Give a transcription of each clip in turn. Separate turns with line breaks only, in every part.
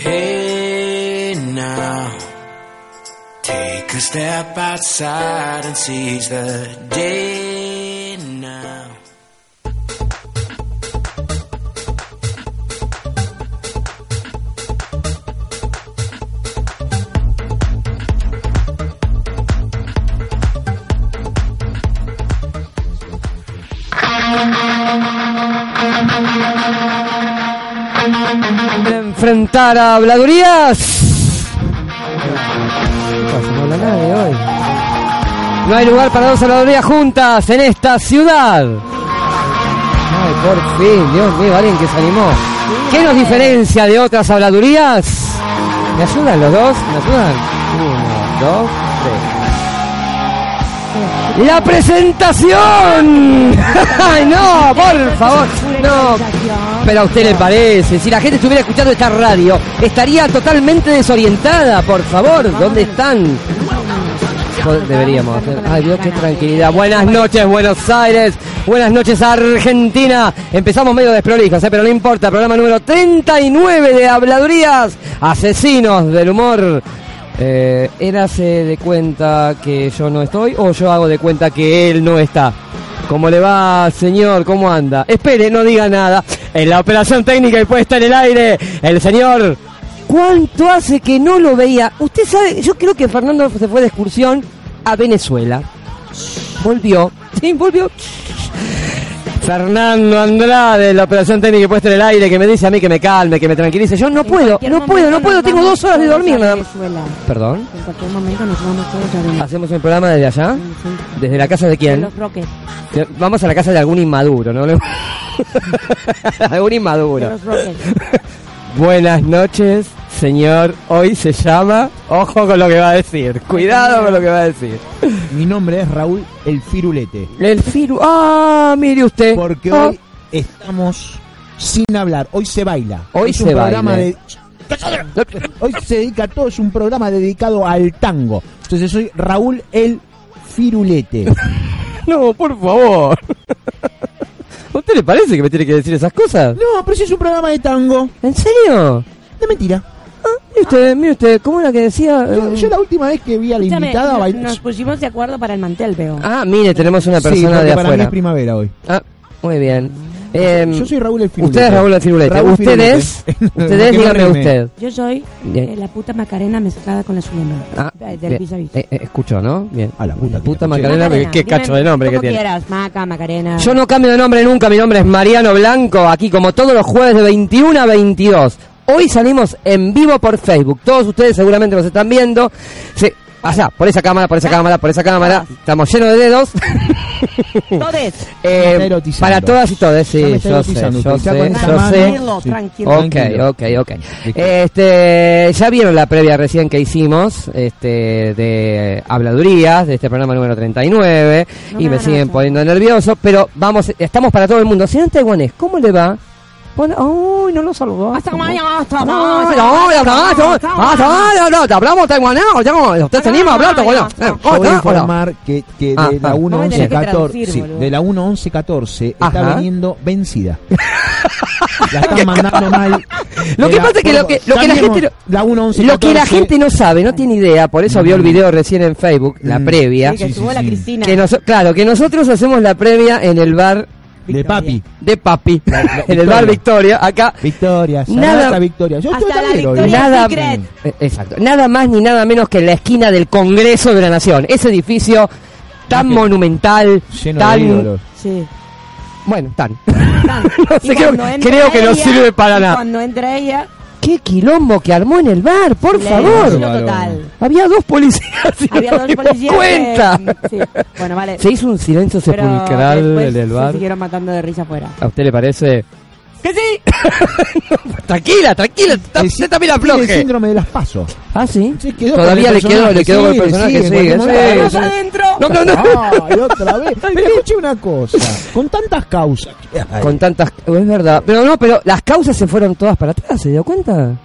Hey now, take a step outside and seize the day now.
de enfrentar a habladurías. No habla nadie hoy. No hay lugar para dos habladurías juntas en esta ciudad. Ay, por fin, Dios mío, alguien que se animó. ¿Qué nos diferencia de otras habladurías? ¿Me ayudan los dos? ¿Me ayudan? Uno, dos, tres. ¡La presentación! ¡Ay, no! ¡Por favor! ¡No! Pero a usted le parece, si la gente estuviera escuchando esta radio, estaría totalmente desorientada, por favor, ¿dónde están? Jo- Deberíamos hacer. Ay, Dios, qué tranquilidad. Buenas noches, Buenos Aires. Buenas noches, Argentina. Empezamos medio desprolijas, ¿eh? pero no importa. Programa número 39 de Habladurías, Asesinos del Humor. Eh, él hace de cuenta que yo no estoy o yo hago de cuenta que él no está. ¿Cómo le va, señor? ¿Cómo anda? Espere, no diga nada. En la operación técnica y puesta en el aire, el señor. ¿Cuánto hace que no lo veía? Usted sabe, yo creo que Fernando se fue de excursión a Venezuela. Volvió. Sí, volvió. Fernando Andrade, la operación técnica y puesta en el aire, que me dice a mí que me calme, que me tranquilice. Yo no puedo, no puedo, no puedo. Tengo dos horas de dormir nada más. Perdón.
En cualquier momento nos vamos todos a Venezuela.
¿Hacemos el programa desde allá? ¿Desde la casa de quién?
Los Rockets.
Que- Vamos a la casa de algún inmaduro, ¿no? algún
De
inmaduro.
los Rockets.
Buenas noches, señor. Hoy se llama. Ojo con lo que va a decir. Cuidado con lo que va a decir.
Mi nombre es Raúl El Firulete.
El firu. ¡Ah! Mire usted.
Porque
Ah,
hoy estamos sin hablar. Hoy se baila.
Hoy
es
se
un programa
baila.
de. Hoy se dedica todo, es un programa dedicado al tango. Entonces soy Raúl El Firulete.
No, por favor. ¿A usted le parece que me tiene que decir esas cosas?
No, pero si es un programa de tango.
¿En serio?
De mentira.
Ah, mire usted, mire usted. ¿Cómo era que decía?
Yo,
Eh,
yo la última vez que vi a la
Escúchame,
invitada
no-
bailar.
Nos pusimos de acuerdo para el mantel, veo.
Ah, mire, tenemos una
sí,
persona
porque
de
para mí es
afuera.
primavera hoy.
Ah, muy bien. Em,
Yo soy Raúl El Firulete.
Usted es Raúl Firulete.
Raúl
usted
Firulete.
es.
No,
Usted
que
es,
no
dígame
rime.
usted.
Yo soy
Bien.
eh, la puta Macarena mezclada con la Zulema.
Ah,
eh, del
bien.
vis a vis.
Eh, eh, escuchó, ¿no? Bien.
A la puta que
puta
la-
Macarena, qué
dime
cacho de nombre que
como
tiene.
quieras, Maca, Macarena.
Yo no cambio de nombre nunca, mi nombre es Mariano Blanco, aquí como todos los jueves de 21 a 22. Hoy salimos en vivo por Facebook, todos ustedes seguramente nos están viendo. Se- allá, por esa cámara, por
Ah.
esa cámara, por esa cámara, estamos llenos de dedos.
Todes.
Eh,
está erotizando.
para todas y todos, sí,
Ya me está
yo sé,
erotizando
yo
usted, ya
sé,
con esa
yo
mano.
sé.
Tranquilo,
Sí.
tranquilo.
Ok,
Tranquilo.
ok, ok. Eh, Este, ya vieron la previa recién que hicimos este, de habladurías de este programa número 39
No
y
me
me
van a
siguen
hacer.
poniendo nervioso, pero vamos, estamos para todo el mundo. Señor taiwanés, ¿cómo le va? Hola, uy, no lo saludó.
Hasta mañana,
No,
hasta
no, no, no,
mañana,
no, no,
hasta
no, no, no, no, hablamos taiwanés, ya, usted se anima a hablar taiwanés. Eh,
Yo voy a
hola, hola.
informar que, que
Ah,
de la
ah.
Vamos a
1
tener que
14
traducir,
sí,
boludo.
de la 1 11 14
Ajá.
está viniendo vencida. la están mandando mal.
Lo
De
que
la-
pasa es que lo que- lo que la
Cambiemos
gente
la 1 11
Lo que la
14.
gente no sabe, no tiene idea, por eso vio el video recién en Facebook, la
Mm.
previa.
Sí, que
Sí, sí,
estuvo la
sí.
Cristina.
Que noso- claro, que nosotros hacemos la previa en el bar
de papi.
de papi
la
en el bar Victoria, acá.
Victoria,
Nada-
Nada. Victoria. Yo
Hasta
estoy
la
tablero,
Victoria
¿eh?
Nada,
Secret.
Eh, exacto, nada más ni nada menos que en la esquina del Congreso de la Nación. Ese edificio tan
Ah, que-
monumental,
Lleno
tan
de ídolos.
Sí.
bueno, tan.
Tan.
No sé,
Y
creo-
cuando entra
creo que no sirve para
y
nada.
Cuando entra ella,
Qué quilombo que armó en el bar, por
le
favor.
lo total.
Había dos policías y
Había
no nos
dos
dimos
policías. que- mm,
cuenta.
sí. Bueno, vale.
Se hizo un silencio
Pero
sepulcral
después
en el
Se
bar.
siguieron matando de risa afuera.
¿A usted le parece? ¡Que sí! tranquila, tranquila, está-
El sí-
usted también
El
afloje.
síndrome de las pasos.
Ah, sí.
Sí, quedó
Todavía
con
le
el
quedó, le
personaje,
quedó con el
sí,
personaje,
sí, en cualquier momento.
sí,
¡Vamos
sí.
adentro!
No, no, no.
Ay, otra vez. Pero escuché una cosa. Con tantas causas. que hay
Con tantas. oh, Es verdad. Pero no, pero las causas se fueron todas para atrás, ¿se dio cuenta?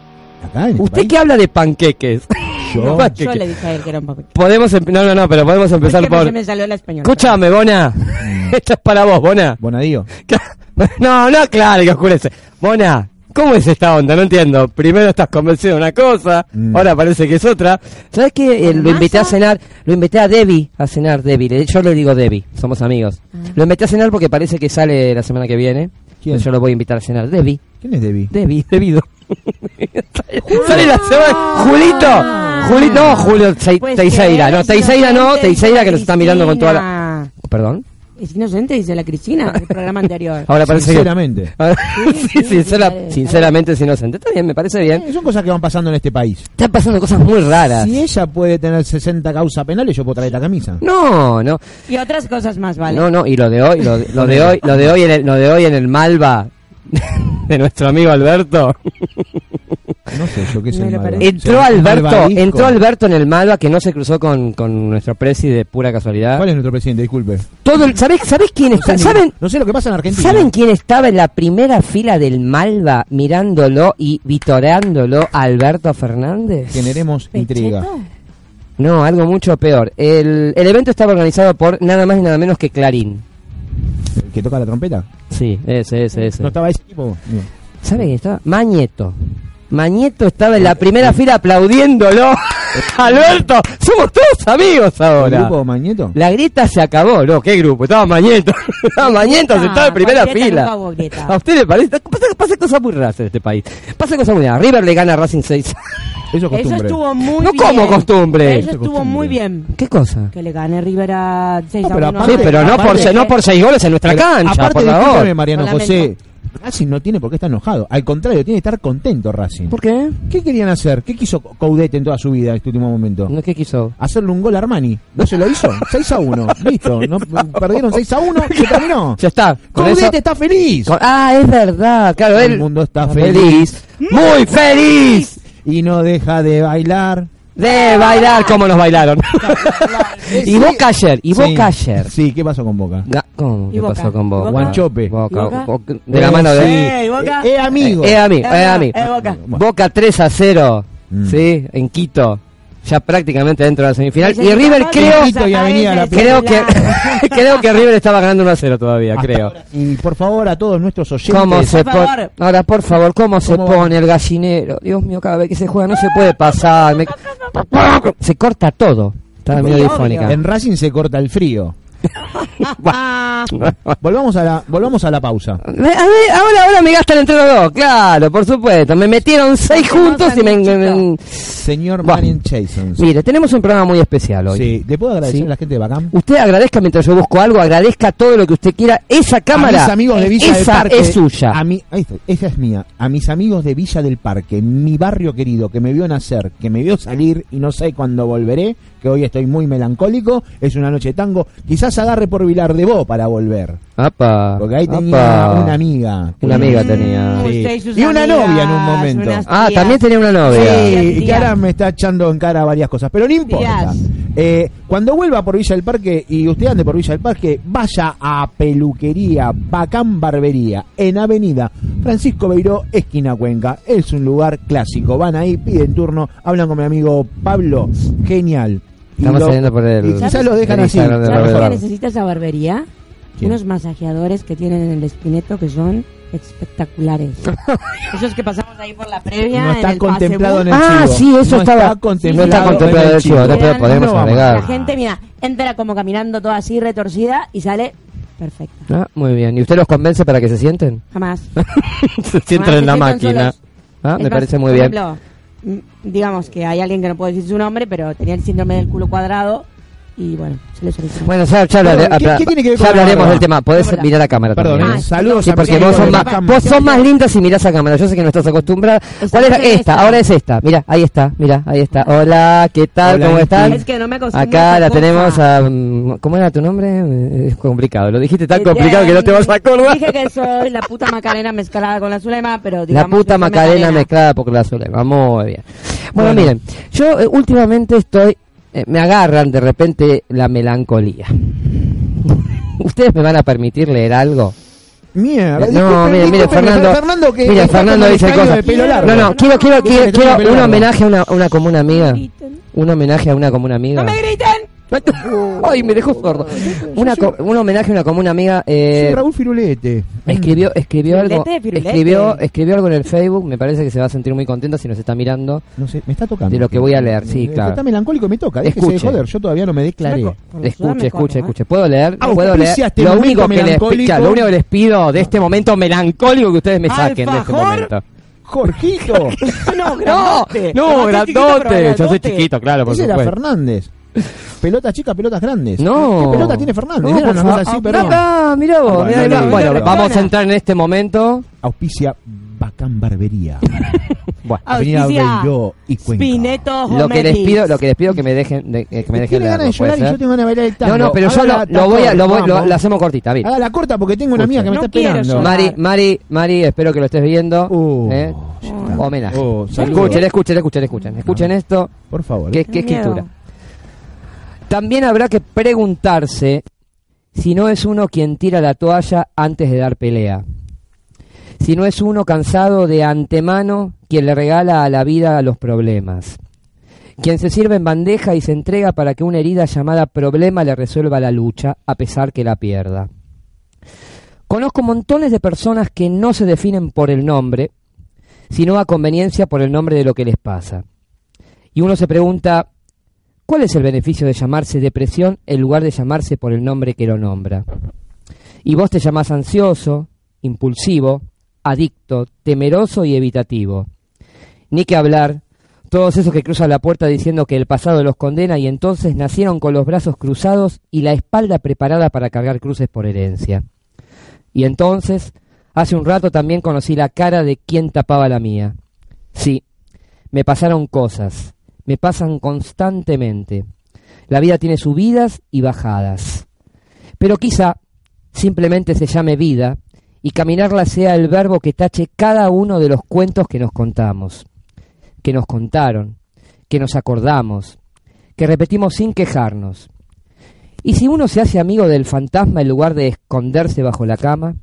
acá en este
Usted
país,
que habla de panqueques.
yo-
Panqueques.
Yo le dije a él que era un papel.
Podemos em- No, no, no, pero podemos
Es que
empezar
no
por.
se me salió el español.
Escúchame, Bona.
Mm.
Esto es para vos, Bona.
Bonadío.
No, no, claro que oscurece. Bona, ¿cómo es esta onda? No entiendo. Primero estás convencido de una cosa,
Mm.
ahora parece que es otra. ¿Sabes qué? Eh, lo invité a
masa?
cenar, lo invité a Debbie a cenar, Debbie. Le- Yo le digo Debbie, somos amigos. Lo invité a cenar porque parece que sale la semana que viene.
¿Quién?
Yo lo voy a invitar a cenar, Debbie.
¿Quién es Debbie?
Debbie, debido. Sale la semana. Julito, Julito, no, Julio Sei-
Pues
Teixeira.
que
No,
eres
Teixeira no,
inocente,
Teixeira que nos está mirando con toda la.
Cristina.
Perdón.
Es inocente, dice la Cristina, del programa anterior.
Ahora parece que.
Sinceramente.
Ah,
Sí,
sí,
sí,
sincera-
sí, sí.
sinceramente es inocente. Está bien, me parece bien.
Eh, Son cosas que van pasando en este país.
Están pasando cosas muy raras.
Si ella puede tener 60 causas penales, yo puedo traer la camisa.
No, no,
Y otras cosas más, ¿vale?
no, no. Y lo de hoy, lo de, lo de hoy, lo de hoy en el, lo de hoy en el Malva de nuestro amigo Alberto.
No sé yo qué sé.
Me lo perdí.
Entró Alberto,
malvavisco.
entró Alberto en el Malva que no se cruzó con, con nuestro presi de pura casualidad.
¿Cuál es nuestro presidente? Disculpe.
Todo, el- ¿sabés, ¿Sabés quién
No sé
está?
ni-
¿Saben,
No sé lo que pasa en Argentina.
¿Saben quién estaba en la primera fila del Malva mirándolo y vitoreándolo a Alberto Fernández?
Generemos intriga.
¿Pecheto?
No, algo mucho peor. El, el evento estaba organizado por nada más y nada menos que Clarín.
¿El que toca la trompeta?
Sí, ese, ese, ese.
¿No estaba ese tipo? No.
¿Sabe quién estaba? Mañeto. Mañeto estaba en la primera fila aplaudiéndolo. Alberto, somos todos amigos
¿El
ahora.
grupo Magneto?
La grieta se acabó, no, qué grupo, estaba Mañeto, estaba Mañeto sentado en primera
Grieta,
fila.
nunca hubo grieta.
A usted le parece, pasa, pasa cosas muy raras en este país. Pasa cosas muy raras. River le gana a Racing 6.
Eso es
Eso
costumbre.
estuvo muy
No
bien.
como costumbre.
Eso estuvo muy bien.
¿Qué cosa?
Que le gane Rivera 6
No, pero
a 1.
aparte-
Sí, pero no por,
aparte-
se- no por seis goles en nuestra
Pero
cancha,
aparte,
por
discúlpame,
favor.
Mariano
Lamento.
José. Racing no tiene por qué estar enojado. Al contrario, tiene que estar contento Racing.
¿Por qué?
¿Qué querían hacer? ¿Qué quiso Coudet en toda su vida en este último momento?
No, ¿Qué quiso?
Hacerle un gol a Armani. ¿No se lo hizo? 6 a 1. Listo. No, perdieron 6 a 1. Se terminó.
Ya está. Con
Coudet
eso-
está feliz.
con- ah, es verdad, claro,
Todo el
él-
mundo está
muy feliz
Y no deja de bailar.
de bailar como nos bailaron. y Boca ayer, y
Sí.
Boca ayer.
Sí, ¿qué pasó con Boca?
Na- ¿Cómo?
¿Y
¿Qué
Boca?
pasó con
¿Y
Boca?
Boca?
Guanchope.
Boca,
¿Y Boca?
Boca- de la mano
Sí.
de...
Eh, Boca.
Eh, eh, amigo.
Eh, a mí, eh, a mí.
Eh, Boca.
Bueno.
Boca 3 a 0,
Mm.
¿sí? En Quito. Ya prácticamente dentro de la semifinal. Y
Ese
River
Rivera
creo...
Quito y Avenida La
Creo
Creo
que, creo que River estaba ganando 1 a 0 todavía,
Hasta
creo.
ahora. Y por favor, a todos nuestros oyentes.
¿Cómo se
Por
pone?
favor.
Ahora, por favor, ¿cómo, se
¿Cómo va?
pone el gallinero? Dios mío, cada vez que se juega no se puede pasar. me- Se corta todo. Está medio
obvio.
difónica.
En Racing se corta el frío.
Ah,
Volvamos a la, volvamos a la pausa.
A ver, ahora, ahora me gastan entre los dos, claro, por supuesto. Me metieron seis
Porque no
juntos y me...
saben,
me-
Señor
Bueno.
Marion Jason.
Mire, tenemos un programa muy especial hoy.
Sí, ¿le puedo agradecer
Sí.
a la gente de Bacam?
Usted agradezca mientras yo busco algo, agradezca todo lo que usted quiera. Esa cámara,
a mis amigos de Villa del
esa
Parque,
es suya.
A mi, ahí está, esa es mía. A mis amigos de Villa del Parque, mi barrio querido, que me vio nacer, que me vio salir y no sé cuándo volveré, que hoy estoy muy melancólico, es una noche de tango. Quizás agarre por Vilar de Bo para volver,
Apa,
porque ahí tenía
apa.
una amiga.
Una amiga
Sí.
tenía.
Usted y sus
Y una
amigas,
novia en un momento.
unas
Ah,
tías.
también tenía una novia.
Sí,
Días.
y que ahora me está echando en cara varias cosas, pero no importa.
Días.
Eh, cuando vuelva por Villa del Parque y usted ande por Villa del Parque, vaya a Peluquería Bacán Barbería en Avenida Francisco Beiró, esquina Cuenca. Es un lugar clásico. Van ahí, piden turno, hablan con mi amigo Pablo. Genial. Y
Estamos
lo-
saliendo por el-
Y quizás lo dejan
el
así.
Instagram de la
¿Sabes
Roberto.
qué
verdad.
necesita esa barbería?
¿Quién?
Unos masajeadores que tienen en el espineto que son espectaculares. Esos que pasamos ahí por la previa.
No
en
está
el
contemplado en
paseo.
el
Ah,
chivo.
sí, eso
no
estaba-
Está contemplado
no está
contemplado en el chivo, no,
chivo.
pero podemos
vamos.
agregar.
La gente, mira, entra como caminando toda así retorcida y sale perfecta.
Ah, muy bien. ¿Y usted los convence para que se sienten?
Jamás.
se sientan
Jamás
en la
se sientan
máquina.
solos.
Ah,
Es
me
más,
parece muy
por
bien.
ejemplo, mm, digamos que hay alguien que no puedo decir su nombre, pero tenía el síndrome del culo cuadrado y bueno, se le solucionó.
Bueno, ya, ya hablare-
Perdón, ¿qué-
habla-
qué tiene que ver
ya
con la
hablaremos
barba?
del tema. Podés
No, verdad.
mirar a cámara
Perdón,
también.
eh.
Ah,
saludos
Sí,
a
porque
Mercedes
vos sos,
Gómez
más,
Cam-
vos sos más linda si mirás a cámara. Yo sé que no estás acostumbrada. ¿Cuál era
en
esta?
esta.
Ahora es esta. Mira, ahí está. Mira, ahí está. Hola, ¿qué tal?
Hola,
¿Cómo
Nicky.
están?
Es que no me acostumbro a
Acá
esa
la
cosa.
tenemos a... mm, ¿Cómo era tu nombre? Eh, Es complicado. Lo dijiste tan
Eh,
complicado que no te vas a acordar.
Dije que soy la puta Macarena mezclada con la Zulema, pero
La
digamos... este,
puta
que soy
Macarena mezclada por la Zulema. Muy bien. Bueno,
Bueno.
miren, yo eh, últimamente estoy. eh, me agarran de repente la melancolía. ¿Ustedes me van a permitir leer algo?
Mierda.
no,
disculpe,
mire, mire,
disculpe,
Fernando.
Fernando que
mira,
está
Fernando
con el
dice
escaño
cosas.
de Eh, pelo largo.
No, no, quiero, quiero,
Dice que
quiero,
está con el
quiero
pelo
un
largo.
homenaje a una, una común amiga.
griten.
Un homenaje a una común amiga.
¡No me griten!
Ay, me dejó sordo. Una, co- un homenaje a una común amiga. Eh,
Soy Raúl Firulete.
Escribió, escribió
Firulete,
algo,
firulete.
escribió, escribió algo en el Facebook. Me parece que se va a sentir muy contenta si nos está mirando.
No sé, me está tocando.
De lo que voy a leer, sí,
Eh,
claro.
Está melancólico y me toca. Déjese de
Escuche.
joder, yo todavía no me declaré.
Loco. Por la
Escuche,
ciudad me corro,
escuche,
¿eh?
escuche. ¿Puedo leer? ¿Puedo leer?
Auspicia este
lo, único
momento
que les,
melancólico.
claro, lo único que les pido de este momento melancólico que ustedes me saquen de este
¿Alfajor?
momento.
Jorgito.
¡No,
No,
grandote!
no,
Además, es chiquito, pero
grandote. Yo soy
grandote.
chiquito, claro, por
Ese era
supuesto.
Fernández. Pelotas chicas, pelotas grandes.
No.
¿Qué pelota tiene Fernández?
No,
Era
por
una cosa
favor.
así,
Ah,
perdón.
mirá, mirá vos,
Bueno,
mirá,
no,
mirá.
no, no,
Bueno,
no, no.
vamos a entrar en este momento.
Auspicia Bacán Barbería.
Bueno,
Avenida
Auspicia.
Beiró y Cuenca.
Spineto
lo que les
Hometics.
pido, lo que les pido que me dejen, de- eh, que me dejen
Tiene ganas
leerlo,
de
¿puede
llorar y
ser?
yo tengo ganas de bailar el tango.
No, no, pero yo lo,
Hágala,
lo voy a, lo voy, lo,
vamos.
la hacemos cortita, bien.
Hágala corta porque tengo una amiga que me
No
está
quiero
esperando.
llorar.
Mari, Mari, Mari, espero que lo estés viendo.
Oh,
¿eh?
ya está.
Homenaje.
Oh, saludos.
escuchen, escuchen, escuchen, escuchen. Escuchen esto,
Por favor.
que,
¿eh?
que
Miedo.
escritura. También habrá que preguntarse si no es uno quien tira la toalla antes de dar pelea. Si no es uno cansado de antemano quien le regala a la vida los problemas. Quien se sirve en bandeja y se entrega para que una herida llamada problema le resuelva la lucha, a pesar que la pierda. Conozco montones de personas que no se definen por el nombre, sino a conveniencia por el nombre de lo que les pasa. Y uno se pregunta, ¿cuál es el beneficio de llamarse depresión en lugar de llamarse por el nombre que lo nombra? Y vos te llamás ansioso, impulsivo, adicto, temeroso y evitativo. Ni que hablar, todos esos que cruzan la puerta diciendo que el pasado los condena y entonces nacieron con los brazos cruzados y la espalda preparada para cargar cruces por herencia. Y entonces, hace un rato también conocí la cara de quien tapaba la mía. Sí, me pasaron cosas, me pasan constantemente. La vida tiene subidas y bajadas. Pero quizá simplemente se llame vida y caminarla sea el verbo que tache cada uno de los cuentos que nos contamos, que nos contaron, que nos acordamos, que repetimos sin quejarnos. ¿Y si uno se hace amigo del fantasma en lugar de esconderse bajo la cama?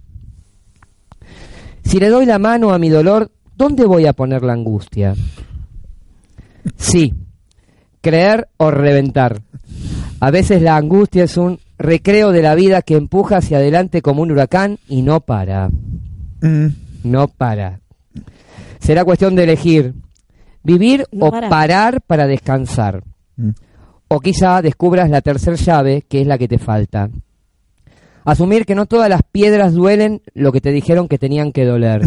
Si le doy la mano a mi dolor, ¿dónde voy a poner la angustia? Sí, creer o reventar. A veces la angustia es un recreo de la vida que empuja hacia adelante como un huracán y no para
Mm.
no para. Será cuestión de elegir vivir
No
o
para.
parar para descansar.
Mm.
O quizá descubras la tercer llave, que es la que te falta. Asumir que no todas las piedras duelen lo que te dijeron que tenían que doler.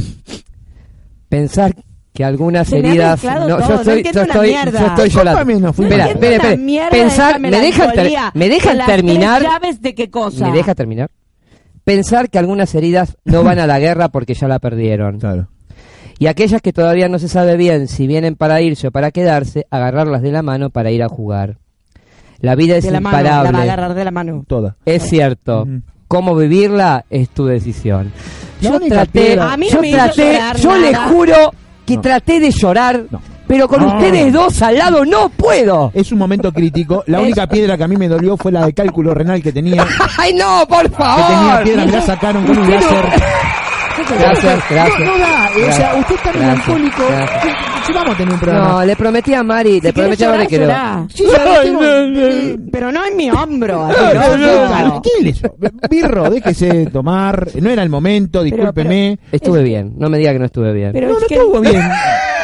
Pensar que algunas
Se me ha
heridas
mezclado todo,
yo
no
estoy
entiendo
yo
una
estoy
mierda.
yo estoy llorando.
Discúlpame, no fui
espera,
yo.
espera, espera.
Esta mierda de
Pensar,
esta
me dejan ter-
melancolía,
me dejan
con las
terminar
tres llaves de qué cosa?
¿Me deja terminar? Pensar que algunas heridas no van a la guerra porque ya la perdieron.
Claro.
Y aquellas que todavía no se sabe bien si vienen para irse o para quedarse, agarrarlas de la mano para ir a jugar. La vida es
de la mano, la va a
imparable.
agarrar de la mano.
Toda.
es cierto.
Mm.
Cómo vivirla es tu decisión.
La
Yo
única
traté,
piedra-
A mí no
yo
me hizo
traté,
llorar
yo le
nada.
juro que
No.
traté de llorar,
No.
pero con
No.
ustedes dos al lado no puedo.
Es un momento crítico. La única piedra que a mí me dolió fue la de cálculo renal que tenía. Que
Ay no, por favor.
tenía piedra, me la sacaron con un láser.
Gracias, gracias.
No, no da. O sea,
Gracias.
usted está
Gracias.
melancólico.
Gracias.
Sí, sí, Vamos a tener un programa.
No, le prometí a Mari, le
Si quieres
prometí a Mari
llorar,
que lo-
llorá.
Sí, ya lo tengo.
Pero no en mi hombro. así,
No,
¿no?
no, no,
Claro.
¿Qué le hizo? Birro, déjese de tomar. No era el momento, discúlpeme.
Estuve bien, no me diga que no estuve bien.
Pero
no,
es
no
que-
estuvo bien.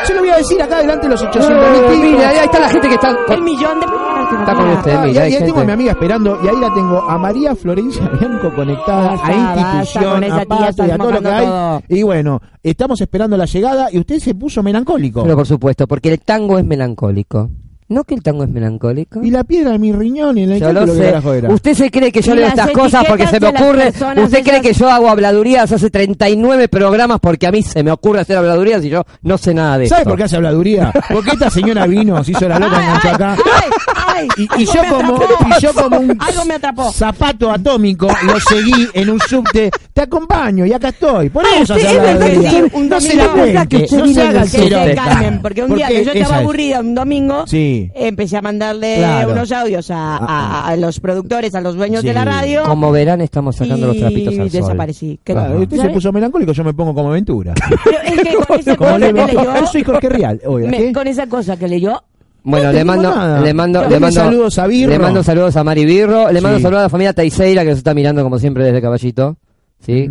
Yo le voy a decir acá delante los 800
Oh,
Eh,
mil
mira, ahí está la gente que está.
El millón de personas que nos
Está con
miran.
usted.
Ah, y
mira,
ahí
hay
tengo
gente.
a mi amiga esperando y ahí la tengo a María Florencia Bianco conectada
Basta,
a
basta Ah, con
institución,
esa
a
tía,
Pato y a
estás
todo lo que hay.
matando
Y bueno, estamos esperando la llegada y usted se puso melancólico.
Pero por supuesto, porque el tango es melancólico. ¿No que el tango es melancólico?
y la piedra de mi riñón y el
Yo lo sé. Usted se cree que yo
Y
leo
las
estas cosas porque se me
etiquetas de las
ocurre.
personas,
Usted cree
ellas-
que yo hago habladurías hace 39 programas porque a mí se me ocurre hacer habladurías y yo no sé nada de eso.
¿Sabe por qué hace habladuría? Porque esta señora vino, se hizo la loca enganchó acá.
Ay, ay,
Y, y
algo
yo
me
como,
atrapó.
y yo como un
Algo me atrapó.
zapato atómico lo seguí en un subte, te acompaño y acá estoy. Por
Ah,
eso
sí,
hace
es verdad
habladuría.
que sí, un
No se
domingo
la
es verdad
cuente,
que usted
no
vino
se
y
haga el
que se
cerote.
calmen, porque un día que
esa
yo estaba
es.
aburrida un domingo,
Sí.
empecé a mandarle
Claro. Ah,
unos audios a, a- a los productores, a los dueños
Sí.
de la radio.
Como verán, estamos sacando los
Y
trapitos al sol.
desaparecí. ¿Qué
Claro,
Ajá.
usted se puso melancólico, yo me pongo como aventura.
Pero es que con esa
Como
cosa que
leo,
leyó,
yo soy Jorge Real. Oiga,
me-
¿qué?
con esa cosa que leyó,
Bueno,
No te
le
digo
mando,
nada.
le mando,
Yo
le
le
mando
saludos a Birro.
Le mando saludos a Mari Birro, le mando
Sí.
saludos a la familia Taiseira que nos está mirando como siempre desde Caballito.
Mm.
¿Sí?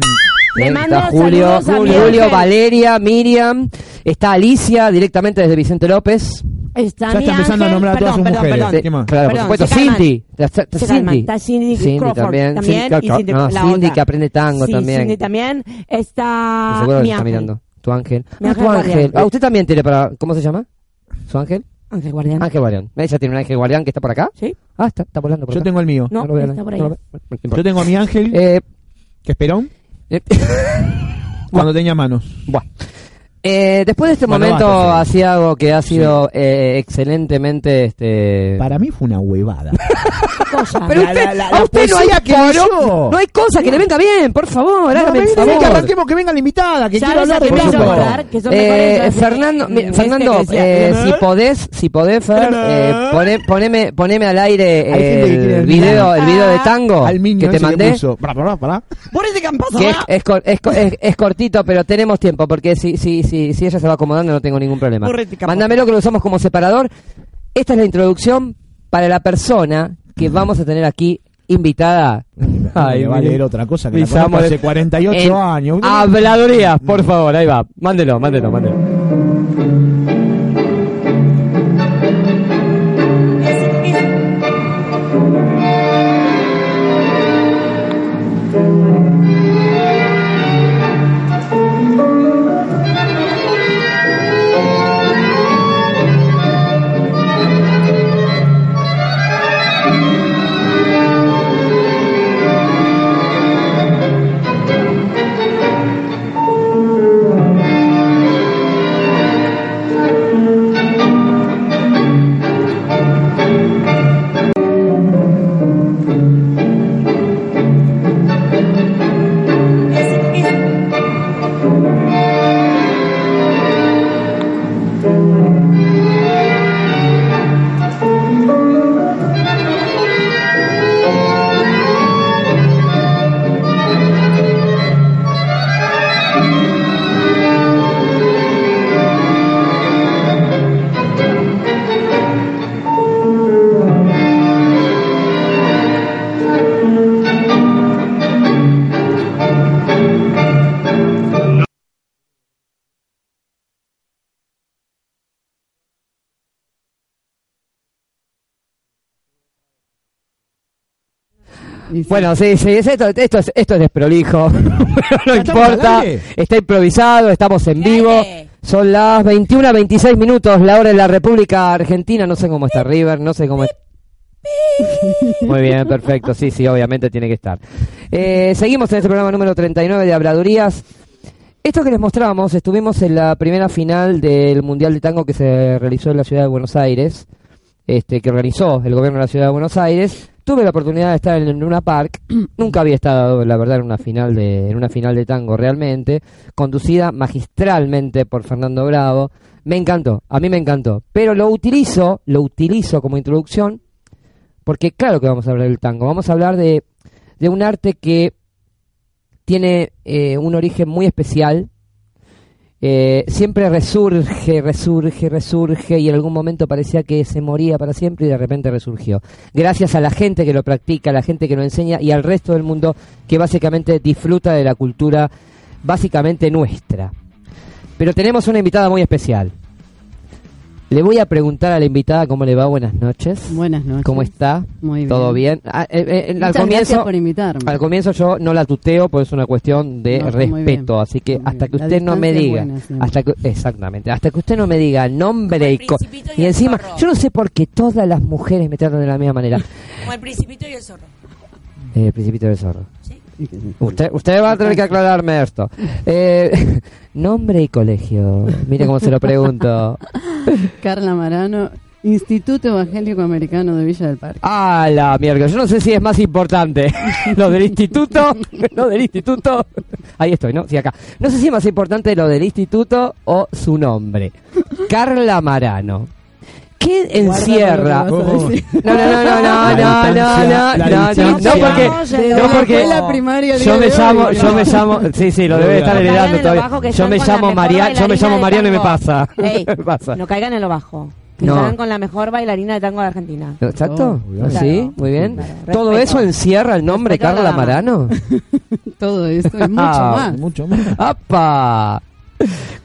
Le
Eh,
mando
está Julio,
saludos a mi
Julio,
ángel.
Valeria, Miriam, está Alicia directamente desde Vicente López.
está
Ya
mi
está empezando a
ángel-
nombrar a todas
perdón,
sus
perdón,
mujeres.
perdón.
Claro,
Sí. Ah, más?
por
Perdón,
supuesto,
se calman.
Cindy. La- Está, está
Se calman.
Pues Cindy.
Está Cindy,
Cindy
Crawford
también.
también,
Cindy,
y Cindy-
no,
la
Cindy
otra.
que aprende tango
Sí,
también. Pues
Cindy también. Está
Seguro que
mi
está
ángel.
mirando. Tu ángel.
Mi
Ah,
ángel
tu ángel.
guardián.
Ah, usted también tiene para. ¿Cómo se llama? ¿Su ángel?
Ángel Guardián.
Ángel Guardián. Ella tiene un ángel guardián que está por acá.
¿Sí?
Ah, está, está volando por
Yo
acá.
tengo el mío.
No,
lo veo,
está por ahí.
no lo veo. No
Yo
importa.
tengo a mi ángel,
Eh,
que esperón,
eh,
cuando tenía manos.
Buah. Eh, después de este
Bueno,
momento
basta, Fede.
hacía algo que ha sido eh, excelentemente este
Para mí fue una huevada.
Cosa.
pero
La-
usted, Oh,
la- la-
a
la
usted no hay
poesía que leyó.
no hay cosa que le venga bien por favor
No,
hágame el
ven, ven,
favor.
que arranquemos, que venga la invitada, que
¿Sabes
quiero hablar
a qué
de
me hizo
fútbol.
acordar? que son
Eh,
mejores,
Fernando,
eh,
mira,
este
Fernando,
que decía,
eh,
¿eh?
si podés, si podés, Fer, eh, poné- poneme, poneme al aire
Hay gente que
el,
quiere
video,
mirar.
el video
Ah.
de tango
Al Minion
que te
ese
mandé.
puso. Pará, pará, pará.
Ponete campazo,
que es,
va.
es cor- es co- es- es cortito, pero tenemos tiempo, porque si, si, si, si ella se va acomodando no tengo ningún problema.
Correte, capaz.
Mándamelo que lo usamos como separador. Esta es la introducción para la persona que vamos a tener aquí invitada.
Ay, va a
mire.
leer otra cosa que
Mi
la conozco
Samuel.
hace 48
En
años.
Habladurías, por favor, ahí va. Mándelo, mándelo, mándelo. Bueno, sí, sí, es esto, esto es, esto es desprolijo. Pero no
¿Ya estamos
importa.
al aire?
Está improvisado, estamos en vivo.
aire.
Son las 21 26 minutos, la hora de la República Argentina. No sé cómo está River, no sé cómo está. Muy bien, perfecto. Sí, sí, obviamente tiene que estar. Eh, seguimos en este programa número 39 de Habladurías. Esto que les mostramos, estuvimos en la primera final del Mundial de Tango que se realizó en la ciudad de Buenos Aires, este, que organizó el gobierno de la ciudad de Buenos Aires. Tuve la oportunidad de estar en el Luna Park. Nunca había estado, la verdad, en una final de, en una final de tango realmente, conducida magistralmente por Fernando Bravo. Me encantó, a mí me encantó. Pero lo utilizo, lo utilizo como introducción, porque claro que vamos a hablar del tango. Vamos a hablar de, de un arte que tiene eh, un origen muy especial. Eh, siempre resurge, resurge, resurge y en algún momento parecía que se moría para siempre y de repente resurgió. Gracias a la gente que lo practica, a la gente que lo enseña y al resto del mundo que básicamente disfruta de la cultura básicamente nuestra. Pero tenemos una invitada muy especial. Le voy a preguntar a la invitada cómo le va. Buenas noches.
Buenas noches.
¿Cómo está?
Ah, Muy bien.
¿Todo bien? Ah, eh, eh, al,
Muchas gracias
comienzo,
por invitarme.
al comienzo yo no la tuteo, pues es una cuestión de
No, muy
respeto.
bien.
Así que
Muy
hasta
bien.
que
La
usted no me
distancia es
diga,
buena siempre.
hasta que, exactamente, hasta que usted no me diga nombre y, co-
Principito y
y
el
encima,
zorro.
yo no sé por qué todas las mujeres me tratan de la misma manera.
Como el principito y el zorro.
Eh, principito del zorro. Usted, usted va a tener que aclararme esto. Eh, nombre y colegio. Mire cómo se lo pregunto.
Carla Marano, Instituto Evangélico Americano de Villa del Parque.
A la mierda, yo no sé si es más importante lo del instituto, lo del instituto. Ahí estoy, ¿no? Sí, acá. No sé si es más importante lo del instituto o su nombre. Carla Marano. ¿Qué encierra?
Guarda con lo que vas a decir.
No, no, no, no, no, no, no, no,
La
no,
distancia,
no,
la
no, porque,
distancia.
no porque
La primaria al
yo
día
me
de hoy,
llamo,
¿no?
yo me llamo, sí, sí, lo debe estar
Apagale
lo
heredando
bajo
todavía.
que
Yo
están
me
con la
llamo
mejor
Mariano, yo me
bailarina
llamo
de
Mariano y me
tango.
pasa.
Ey,
Me pasa.
No caigan en lo bajo. Que
No.
salgan con la mejor bailarina de tango de Argentina.
Exacto, ¿Ah,
Oh, obviamente.
sí, muy bien.
Claro,
Todo
respeto.
eso encierra el nombre
Respeto a la
Carla
dama.
Marano.
Todo esto y mucho
Ah,
más.
Mucho más.
¡Apa!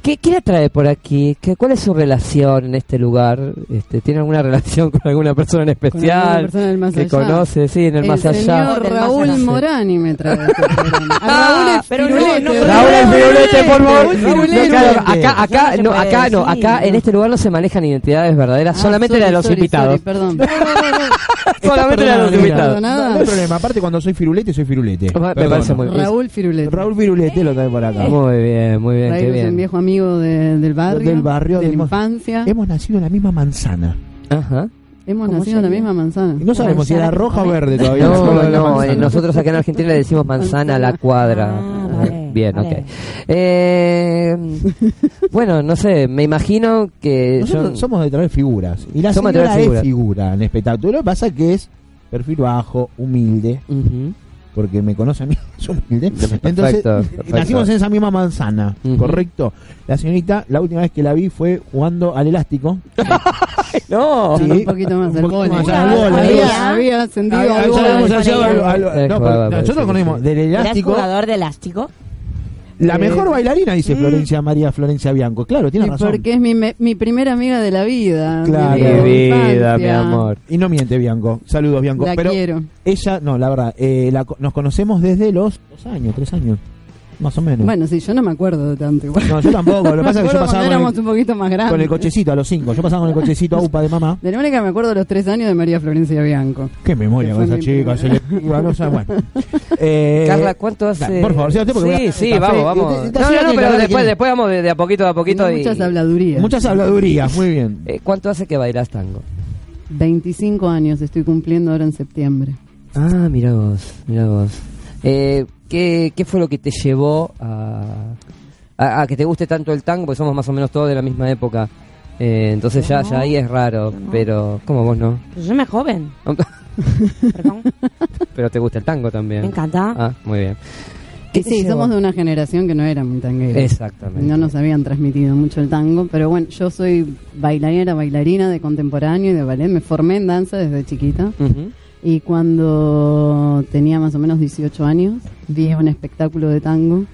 ¿Qué, qué la trae por aquí? ¿Qué, ¿Cuál es su relación en este lugar? Este, ¿Tiene alguna relación con alguna persona en
Con alguna
especial?
persona del más
que
allá.
conoce, sí, en el, más allá. Ah,
señor
Del más
Raúl
allá.
Morani me trae a este programa. A Raúl
pero no,
Espirulete.
no,
Raúl el pirulete, por favor.
Raúl el
No, claro,
pirulete.
acá,
Eso no
acá,
se
no,
puede
acá, no,
decir,
acá, en
no.
este lugar no se manejan identidades verdaderas,
Ah,
solamente la de
sorry,
los
sorry,
invitados.
sorry, perdón.
Solamente la de los
Perdona,
invitados.
mira, No, no hay problema. Aparte, cuando soy firulete, soy firulete.
Ah, Me
Perdona.
parece muy bien. Eh.
Raúl Firulete.
Raúl Firulete lo trae por acá.
Muy bien, muy bien,
Raúl
qué
es un
bien.
viejo amigo de- del barrio.
Del barrio,
De la
hemos-
infancia.
Hemos nacido en la misma manzana.
Ajá.
Hemos
¿Cómo
nacido en la
sería?
misma manzana.
Y no sabemos si era roja o verde todavía.
No,
Solo
no,
en la
no,
manzana.
eh, nosotros acá en Argentina le decimos manzana a la cuadra.
Ah, vale,
Bien,
vale.
ok. Eh, bueno, no sé, me imagino que...
Nosotros
yo-
somos de traer figuras. Y la
Somos de
señora
traer figuras.
es figura en espectáculo. Lo que pasa que es perfil bajo, humilde,
Ujú.
porque me conoce a mí, es humilde.
Perfecto,
Entonces, eh,
perfecto.
nacimos en esa misma manzana,
Ujú.
¿correcto? La señorita, la última vez que la vi fue jugando al elástico.
No.
Sí.
Un poquito más
Un
al
poquito
vole.
más al vole.
Había, había ascendido
Ah,
al
ya
vole.
habíamos
con
hallado
ella.
al- al-
Eh,
no,
jugaba,
pero
sí, sí,
nosotros conocemos
sí.
del
¿Eras
elástico.
jugador de elástico?
La
Eh,
mejor bailarina, dice Florencia María Florencia Bianco. Claro, tiene
Y
razón.
porque es mi, me- mi primera amiga de la vida.
Claro.
Mi
amiga de la
vida,
infancia.
mi amor.
Y no miente Bianco. Saludos Bianco.
La
Pero
quiero.
ella, no, la verdad, eh, la co- nos conocemos desde los dos años, tres años, más o menos.
Bueno, sí, yo no me acuerdo de tanto. igual.
No, yo tampoco. Lo que
Me
pasa es que yo
acuerdo
pasaba
cuando
con
éramos
el,
un poquito más grandes.
con el cochecito a los cinco. Yo pasaba con el cochecito a UPA de mamá.
De la manera que me acuerdo de los tres años de María Florencia Bianco.
Qué memoria
Que
con esa
fue mi
chica.
primera.
Se le piba, no sé, bueno. Eh,
Carla, ¿cuánto hace?
Por favor, siéntate porque voy
Sí,
a-
sí,
café.
vamos,
Te-
vamos.
te-
No, no,
te-
no,
te-
pero
te-
después,
te-
después vamos de, de a poquito a poquito y...
Muchas habladurías.
Muchas habladurías, muy bien.
Eh, ¿Cuánto hace que bailas tango?
25 años estoy cumpliendo ahora en septiembre.
Ah, mira vos, mira vos. Eh, ¿qué, ¿Qué fue lo que te llevó a, a, a que te guste tanto el tango? Porque somos más o menos todos de la misma época. Eh, entonces ya, ya ahí es raro, pero como vos no.
Pues yo me joven. Perdón.
pero te gusta el tango también.
Me encanta.
Ah, muy bien.
Y
te
sí,
llevó?
somos de una generación que no era muy tanguera.
Exactamente.
No nos habían transmitido mucho el tango, pero bueno, yo soy bailarina, bailarina de contemporáneo y de ballet. Me formé en danza desde chiquita.
Ujú.
Y cuando tenía más o menos 18 años, vi un espectáculo de tango.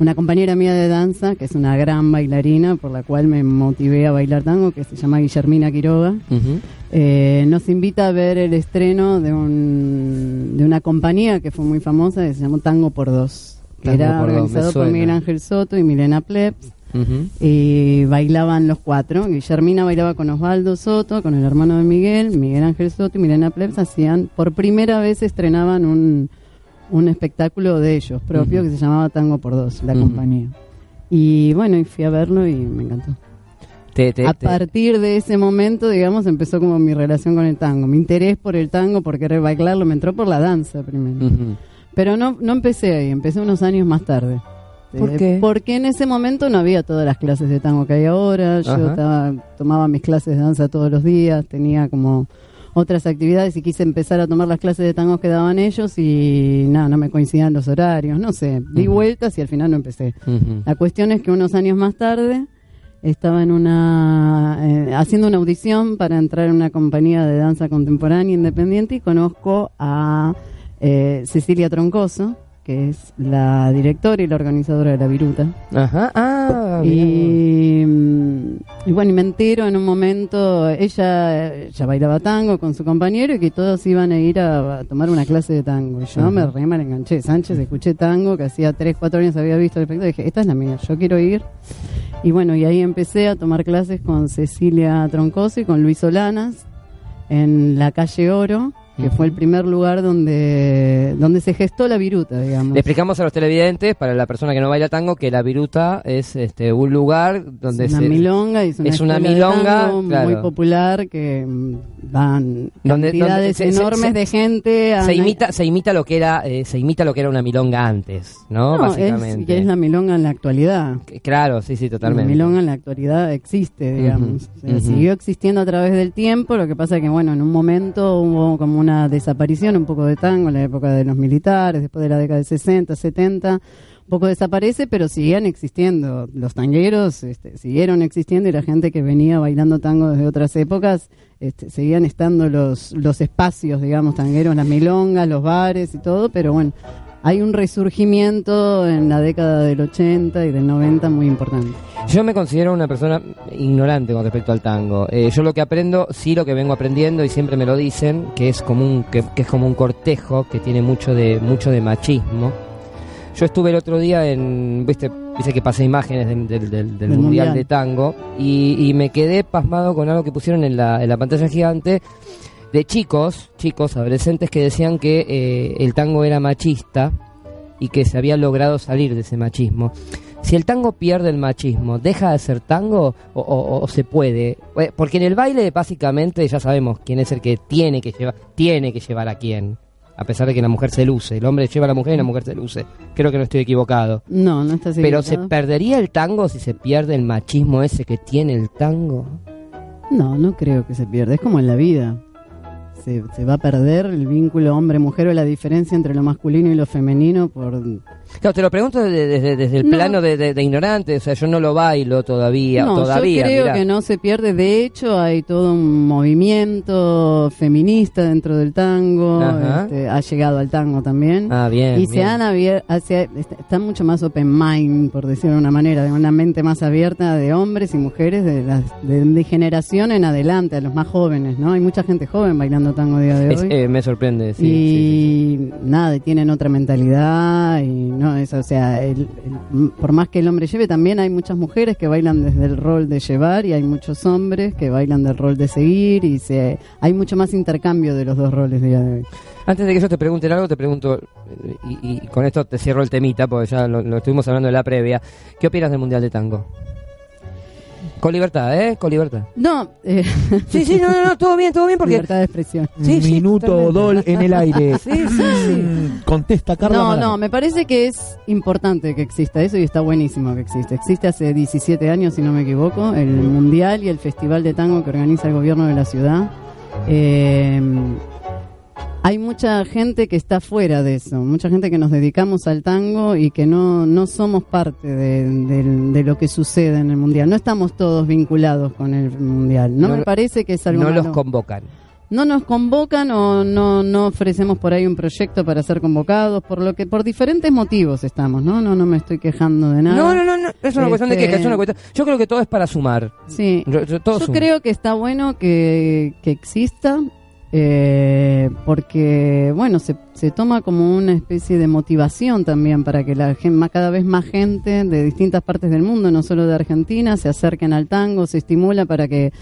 Una compañera mía de danza, que es una gran bailarina, por la cual me motivé a bailar tango, que se llama Guillermina Quiroga,
Ujú.
eh, nos invita a ver el estreno de, un, de una compañía que fue muy famosa, que se llamó Tango por Dos, que
Tango
era
por Dos, me
organizado por
suena.
Miguel Ángel Soto y Milena Plebs.
Ujú.
Y bailaban los cuatro. Guillermina bailaba con Osvaldo Soto, con el hermano de Miguel, Miguel Ángel Soto y Milena Plebs hacían, por primera vez estrenaban un, un espectáculo de ellos propio que se llamaba Tango por Dos, la
Ujú.
compañía. Y bueno, y fui a verlo y me encantó.
Te- te-
A
te-
partir de ese momento, digamos, empezó como mi relación con el tango. Mi interés por el tango, por querer bailarlo, me entró por la danza primero.
Ujú.
Pero no, no empecé ahí, empecé unos años más tarde. Eh,
¿Por qué?
Porque en ese momento no había todas las clases de tango que hay ahora. Yo
Ajá.
estaba- tomaba mis clases de danza todos los días, tenía como otras actividades y quise empezar a tomar las clases de tango que daban ellos y nada, no me coincidían los horarios, no sé. Di
Ujú.
vueltas y al final no empecé.
Ujú.
La cuestión es que unos años más tarde estaba en una eh, haciendo una audición para entrar en una compañía de danza contemporánea independiente y conozco a eh, Cecilia Troncoso, que es la directora y la organizadora de la viruta.
Ajá. Ah, bien.
Y, mm, y bueno, y me entero en un momento, ella eh, ya bailaba tango con su compañero y que todos iban a ir a, a tomar una clase de tango. Y yo me re mal enganché. Sánchez, escuché tango que hacía 3, 4 años había visto el espectáculo y dije, esta es la mía, yo quiero ir. Y bueno, y ahí empecé a tomar clases con Cecilia Troncoso y con Luis Solanas en la calle Oro, que fue el primer lugar donde, donde se gestó la viruta, digamos.
Le explicamos a los televidentes, para la persona que no baila tango, que la viruta es este un lugar donde
es una
se...
milonga, es una,
es una
escuela de
milonga,
tango muy
claro.
popular que mm, van
Donde- donde
cantidades
se- se- se-
enormes de gente. a-
se imita se imita lo que era eh, se imita lo que era una milonga antes no,
No, es-
básicamente
que es la milonga en la actualidad.
C- claro sí sí totalmente
La milonga en la actualidad existe, digamos.
Ujú,
O sea,
ujú.
Siguió existiendo a través del tiempo, lo que pasa que, bueno, en un momento hubo como una desaparición un poco de tango en la época de los militares, después de la década de 60, 70, un poco desaparece, pero siguen existiendo. Los tangueros este, siguieron existiendo y la gente que venía bailando tango desde otras épocas, este, seguían estando los, los espacios, digamos, tangueros, las milongas, los bares y todo, pero bueno. Hay un resurgimiento en la década del 80 y del 90 muy importante.
Yo me considero una persona ignorante con respecto al tango. Eh, yo lo que aprendo, sí lo que vengo aprendiendo y siempre me lo dicen, que es como un, que, que es como un cortejo que tiene mucho de, mucho de machismo. Yo estuve el otro día en, viste, dice que pasé imágenes del, del- del- del
Del
mundial,
Mundial.
de tango y, y me quedé pasmado con algo que pusieron en la, en la pantalla gigante de chicos, chicos, adolescentes que decían que eh, el tango era machista y que se había logrado salir de ese machismo. Si el tango pierde el machismo, ¿deja de ser tango o, o- o se puede? Eh, Porque en el baile básicamente ya sabemos quién es el que tiene que llevar, tiene que llevar a quién. A pesar de que la mujer se luce, el hombre lleva a la mujer y la mujer se luce. Creo que no estoy equivocado.
No, no está así.
Pero ¿se perdería el tango si se pierde el machismo ese que tiene el tango?
No, no creo que se pierda. Es como en la vida. Se, se va a perder el vínculo hombre-mujer o la diferencia entre lo masculino y lo femenino por...
Claro, te lo pregunto desde, desde- desde el
No.
plano de, de- de ignorante, o sea, yo no lo bailo todavía,
no,
todavía.
yo creo
mirá.
que no se pierde. De hecho, hay todo un movimiento feminista dentro del tango.
Ajá.
este, ha llegado al tango también.
Ah, bien.
y se
bien.
han abierto, están mucho más open mind, por decirlo de una manera, de una mente más abierta de hombres y mujeres de, las, de, de generación en adelante, a los más jóvenes, ¿no? Hay mucha gente joven bailando tango a día de hoy.
Es- eh, me sorprende, sí,
y
sí, sí.
nada, tienen otra mentalidad y no es, o sea, el- el- por más que el hombre lleve, también hay muchas mujeres que bailan desde el rol de llevar y hay muchos hombres que bailan del rol de seguir y se hay mucho más intercambio de los dos roles día de hoy.
Antes de que yo te pregunte algo, te pregunto, eh, y, y con esto te cierro el temita, porque ya lo, lo estuvimos hablando en la previa. ¿Qué opinas del Mundial de Tango? Con libertad, ¿eh? Con libertad.
No, eh,
Sí, sí, no, no, no, todo bien, todo bien, porque...
libertad de expresión.
Sí, sí,
Minuto
totalmente.
dol en el aire.
Sí, sí, sí.
Mm, Contesta Carla.
No,
Madrano.
no, me parece que es importante que exista eso y está buenísimo que exista. Existe hace 17 años, si no me equivoco, el Mundial y el Festival de Tango que organiza el gobierno de la ciudad. Eh, hay mucha gente que está fuera de eso, mucha gente que nos dedicamos al tango y que no, no somos parte de, del- de lo que sucede en el Mundial. No estamos todos vinculados con el Mundial. No,
No
me
lo-
parece que es algo
No los
malo
convocan.
no nos convocan o no, no ofrecemos por ahí un proyecto para ser convocados, por lo que por diferentes motivos estamos, ¿no? No, no me estoy quejando de nada.
No, no, no, no, es una cuestión de
Este-
queja, es una cuestión... Yo creo que todo es para sumar.
Sí.
Yo, yo- todo
Yo
suma.
creo que está bueno que, que exista, eh, porque, bueno, se, se toma como una especie de motivación también para que la gen- más- cada vez más gente de distintas partes del mundo, no solo de Argentina, se acerquen al tango, se estimula para que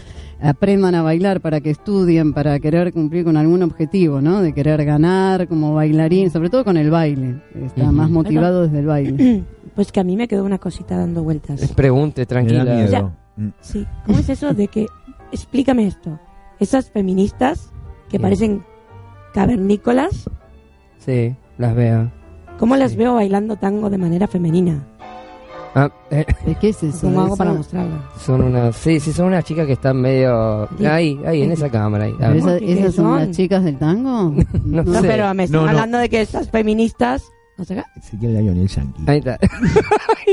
aprendan a bailar, para que estudien, para querer cumplir con algún objetivo, ¿no? De querer ganar como bailarín, sobre todo con el baile. Está
Ujú.
más motivado desde el baile.
Pues que a mí me quedó una cosita dando vueltas.
Pregunte,
Me da
tranquila.
miedo. Mm.
Sí. ¿Cómo es eso de que... Explícame esto. Esas feministas que
Sí.
parecen cavernícolas,
Sí, las veo.
¿cómo las
Sí.
veo bailando tango de manera femenina?
Ah, eh,
¿De qué es eso?
¿Cómo hago
Eso-
para mostrarlo?
son unas... Sí, sí, son unas chicas que están medio... Ahí, ahí, en esa cámara. ahí. Ah,
¿Pero esa-
¿Qué
¿Esas son
son?
las chicas del tango?
No
No,
sé.
pero me están
No, no.
hablando de que estas feministas... No sé qué.
Ezequiel Gallón, el yankee.
Ahí está.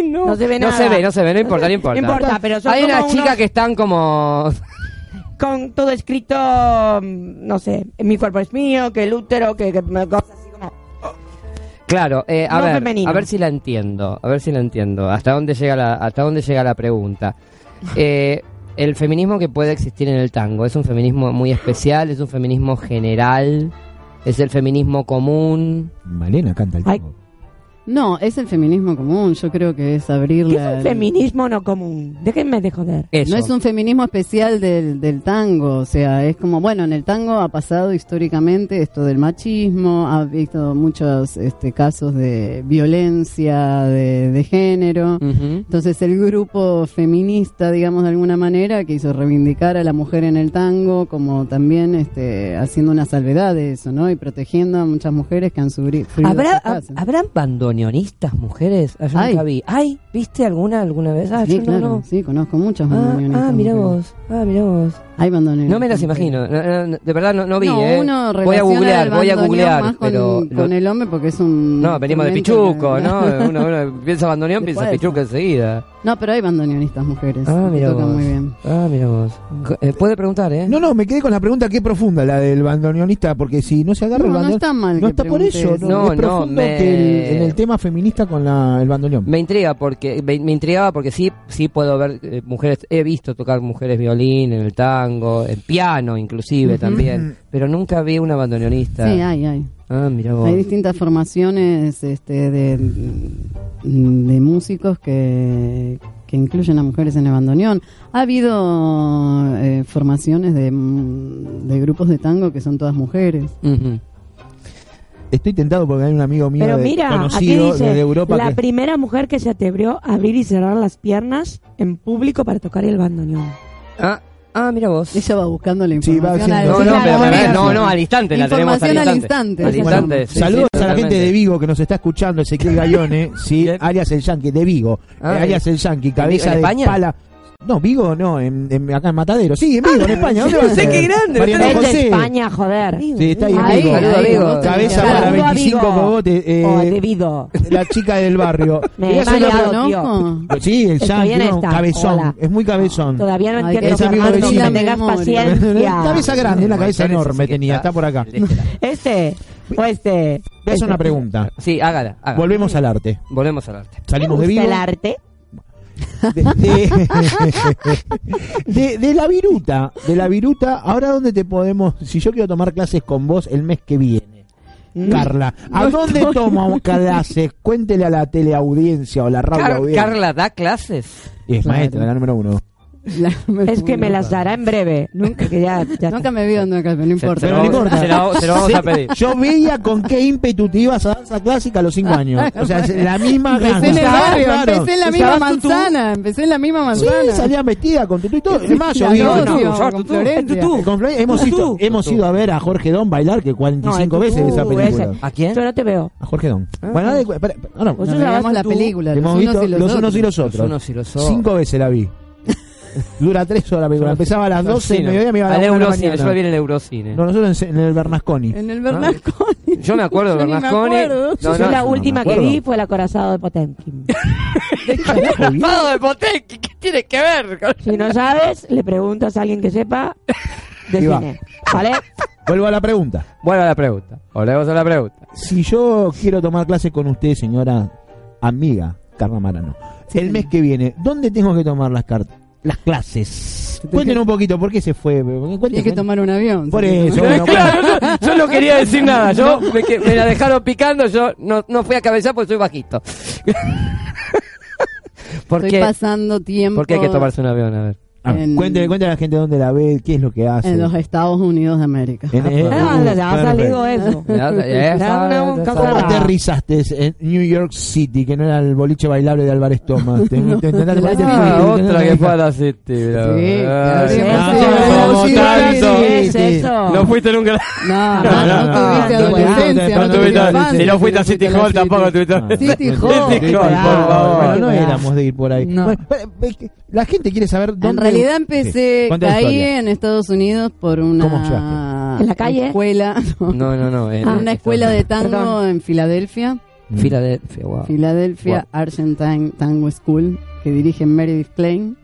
No, se ve
No
nada.
se ve, no se ve, no importa, no importa.
No importa, pero son
Hay
como
unas chicas
unos
que están como...
con todo escrito, mm, no sé, mi cuerpo es mío, que el útero, que, que me- cosas así como...
Claro, eh, a,
No
ver,
femenino.
a ver si la entiendo, a ver si la entiendo, hasta dónde llega la, hasta dónde llega la pregunta. Eh, el feminismo que puede existir en el tango es un feminismo muy especial, es un feminismo general, es el feminismo común.
Malena canta el
Ay.
tango.
No, es el feminismo común. Yo creo que es abrir
¿Qué es
la-
un feminismo no común? Déjenme de joder.
Eso.
No es un feminismo especial del, del tango, o sea, es como, bueno, en el tango ha pasado históricamente esto del machismo, ha visto muchos este, casos de violencia de, de género.
Ujú.
Entonces el grupo feminista, digamos de alguna manera, que hizo reivindicar a la mujer en el tango, como también este, haciendo una salvedad de eso, ¿no? Y protegiendo a muchas mujeres que han sufrido.
¿Habrá,
esta clase.
ha- ¿Habrán bandoneonistas mujeres? Ah, yo
Hay.
nunca vi. ¿Ay? ¿Viste alguna alguna vez? Ah,
sí,
yo no,
claro,
no.
sí, conozco muchos
Ah,
bandoneonistas
ah, mira
mujeres.
vos. Ah, mira vos.
Hay bandoneonistas
No me las
mujeres.
imagino. No, no, no, de verdad no, no vi,
No,
¿eh?
uno
voy a
relaciona
googlear,
el
voy a
bandoneón
googlear.
más con,
pero lo-
con el hombre porque es un...
No, venimos de
instrumento
Pichuco,
que-
¿no? Uno, uno piensa bandoneón,
Después
piensa
de
Pichuco enseguida.
No, pero hay bandoneonistas mujeres.
Ah,
que
mira
tocan
vos.
muy bien.
Ah, mira vos. Eh, puede preguntar, ¿eh?
No, no, me quedé con la pregunta que profunda, la del bandoneonista, porque si no se agarra
No,
el
no
bandoneón.
está mal
No
que
está por eso, no,
preguntes.
No,
es
no,
profundo
me-
que el- en el tema feminista con la, el bandoneón.
Me intriga porque me, me intrigaba porque sí sí puedo ver eh, mujeres he visto tocar mujeres violín en el tango en piano inclusive también pero nunca vi una bandoneonista
Sí, hay, hay.
ah mira vos
Hay distintas formaciones este, de, de músicos que, que incluyen a mujeres en el bandoneón. Ha habido eh, formaciones de, de grupos de tango que son todas mujeres.
Ujú.
Estoy tentado porque hay un amigo mío
Pero
de-
mira, aquí
conocido
dice,
de Europa
la
que-
primera mujer que se atrevió a abrir y cerrar las piernas en público para tocar el bandoneón.
ah ah mira vos
Ella va buscando la
Sí, va
información.
haciendo-
no, no,
Sí,
al-
pero,
claro,
pero-
mira.
no, no, al instante la tenemos al
Información al
instante.
instante.
Al instante,
Exacto.
sí,
Saludos
sí,
a la gente
totalmente.
de Vigo que nos está escuchando, Ezequiel Gallone, sí,
Bien.
alias el Yankee, de Vigo,
Ah,
eh, alias el Yankee, cabeza
en
de
España?
pala. No, Vigo no, en, en- acá en Matadero. Sí, en Vigo, en España. ¿Dónde va a
Sé
ser?
que grande,
Mariano
Es
Pero
José.
de España, joder.
Sí, está ahí en
Ahí,
Vigo.
saludo a Vigo.
Cabeza
Saludo
para
a
25
Vigo.
cogotes. eh,
O debido.
la chica del barrio.
Me
Quería
he
hacer
Yo
una
la
mareado,
pregunta.
tío.
conozco.
Pues Sí, el
Estoy
Yankee,
en
no,
esta.
cabezón.
Hola.
Es muy cabezón.
Todavía no
Ay,
entiendo,
ese mismo vecino.
Fernando,
eh.
que tengas
La memoria.
paciencia.
Cabeza grande, una cabeza
Bueno,
enorme
parece que
tenía, está por acá.
el de este lado.
Este, o este.
Voy a hacer una pregunta.
Sí, hágala, hágala.
Volvemos al arte.
Volvemos al arte.
Salimos de
¿Te gusta
Vigo.
el arte?
De, de- de- de la viruta. De la viruta, ahora dónde te podemos. Si yo quiero tomar clases con vos el mes que viene.
Mm.
Carla, ¿a dónde tomo clases? Cuéntele a la teleaudiencia o la radio
Car-
audiencia.
Carla da clases.
Y es
Claro.
maestra, la número uno.
La-
Es que me las dará en breve. Nunca, que ya. ya
Nunca me vio andando acá, pero no importa.
Se
Pero
lo-
no importa.
se lo- se lo vamos a pedir.
Yo veía con qué ímpetu te ibas a danza clásica a los cinco años. O sea, es la misma
Empecé en el
gana.
barrio,
Claro.
empecé en la misma
Usabas tutú.
manzana, empecé en la misma
Sí,
manzana.
salía vestida con tutú y todo. Es más, yo
La
vi-
odio,
no,
yo,
con
tutú.
Florencia.
El tutú.
Con Flor- hemos, ido, hemos ido a ver a Jorge Don bailar que 45
No, el
veces en
tutú,
esa película.
ese.
¿A quién?
Yo no te veo.
A Jorge Don. Bueno, ahora de- espera, espera, no, no,
Vos
Nos
usabas
veíamos la
tú.
película, los
hemos visto
unos y los,
los unos y
otros.
los otros.
unos y los otros.
Cinco veces la vi. Dura tres horas la película. Empezaba a las 12 del mediodía me iba a
Al
la una de la
Ah, Eurocine, yo
mañana.
vi en el Eurocine.
No, nosotros en, en el Bernasconi.
En el
Ah,
Bernasconi.
Yo me acuerdo de
Yo ni me
Bernasconi.
acuerdo.
No,
Yo
no,
la
no me
última que
acuerdo.
vi fue el acorazado de Potemkin.
Carajo, bien.
Estado de Potemkin, ¿qué tiene que ver? con-
Si no sabes, le preguntas a alguien que sepa de
Ahí va.
cine. ¿Vale?
Vuelvo a la pregunta.
Bueno, la pregunta. Volvemos a la pregunta.
Si yo quiero tomar clases con usted, señora amiga Carla Marano, el mes que viene, ¿dónde tengo que tomar las cartas? Las clases.
Te
Cuéntenos
tengo-
un poquito, ¿por qué se fue? Cuéntenos.
Tienes que tomar un avión.
Por
sí.
eso. bueno, bueno.
Claro, yo, yo no quería decir nada. Yo me, que- me la dejaron picando. Yo no, no fui a cabezar porque soy bajito.
Estoy
porque,
pasando tiempo
porque hay que tomarse un avión, a ver.
A ver,
En-
Cuéntele, cuéntele Ah, a la gente dónde la ve, qué es lo que hace.
en los Estados Unidos de América.
En- eh,
Ah,
uh,
ya eh, ha salido
perfecto.
eso.
Ya, ya,
Ya,
ya,
una-
ya,
cosa
¿Cómo
ya.
aterrizaste en New York City, que no era el boliche bailable de Álvarez Thomas? ¿Te, te intentaste ponerte en
Ah,
Twitter,
otra
intentaste-
que fue a la City, bro. Ah,
Sí,
Ay,
sí,
no,
sí,
no,
sí,
tanto.
sí.
¿Qué es eso?
No fuiste nunca. a la-
No,
No,
no,
no,
no tuviste
no, no,
adolescencia,
no
no
tuviste-
tuviste
si
infancia.
no
fuiste a City Hall, tampoco tuviste-
Ah.
City Hall.
City Hall,
Ah,
por favor.
Bueno, no
Qué bravo.
éramos de ir por ahí.
No.
Bueno, pero, es que la gente quiere saber dónde.
En
Sí,
realidad empecé,
cuenta la
caí
historia.
en Estados Unidos por
¿Cómo llegaste?
una
¿En la calle?
escuela, no,
No, no, no. en-
Ah,
este
una escuela de tango
Perdón.
en Filadelfia,
Mm.
Filadelfia, wow.
Philadelphia Argentine Tango School, que dirige Meredith Klein.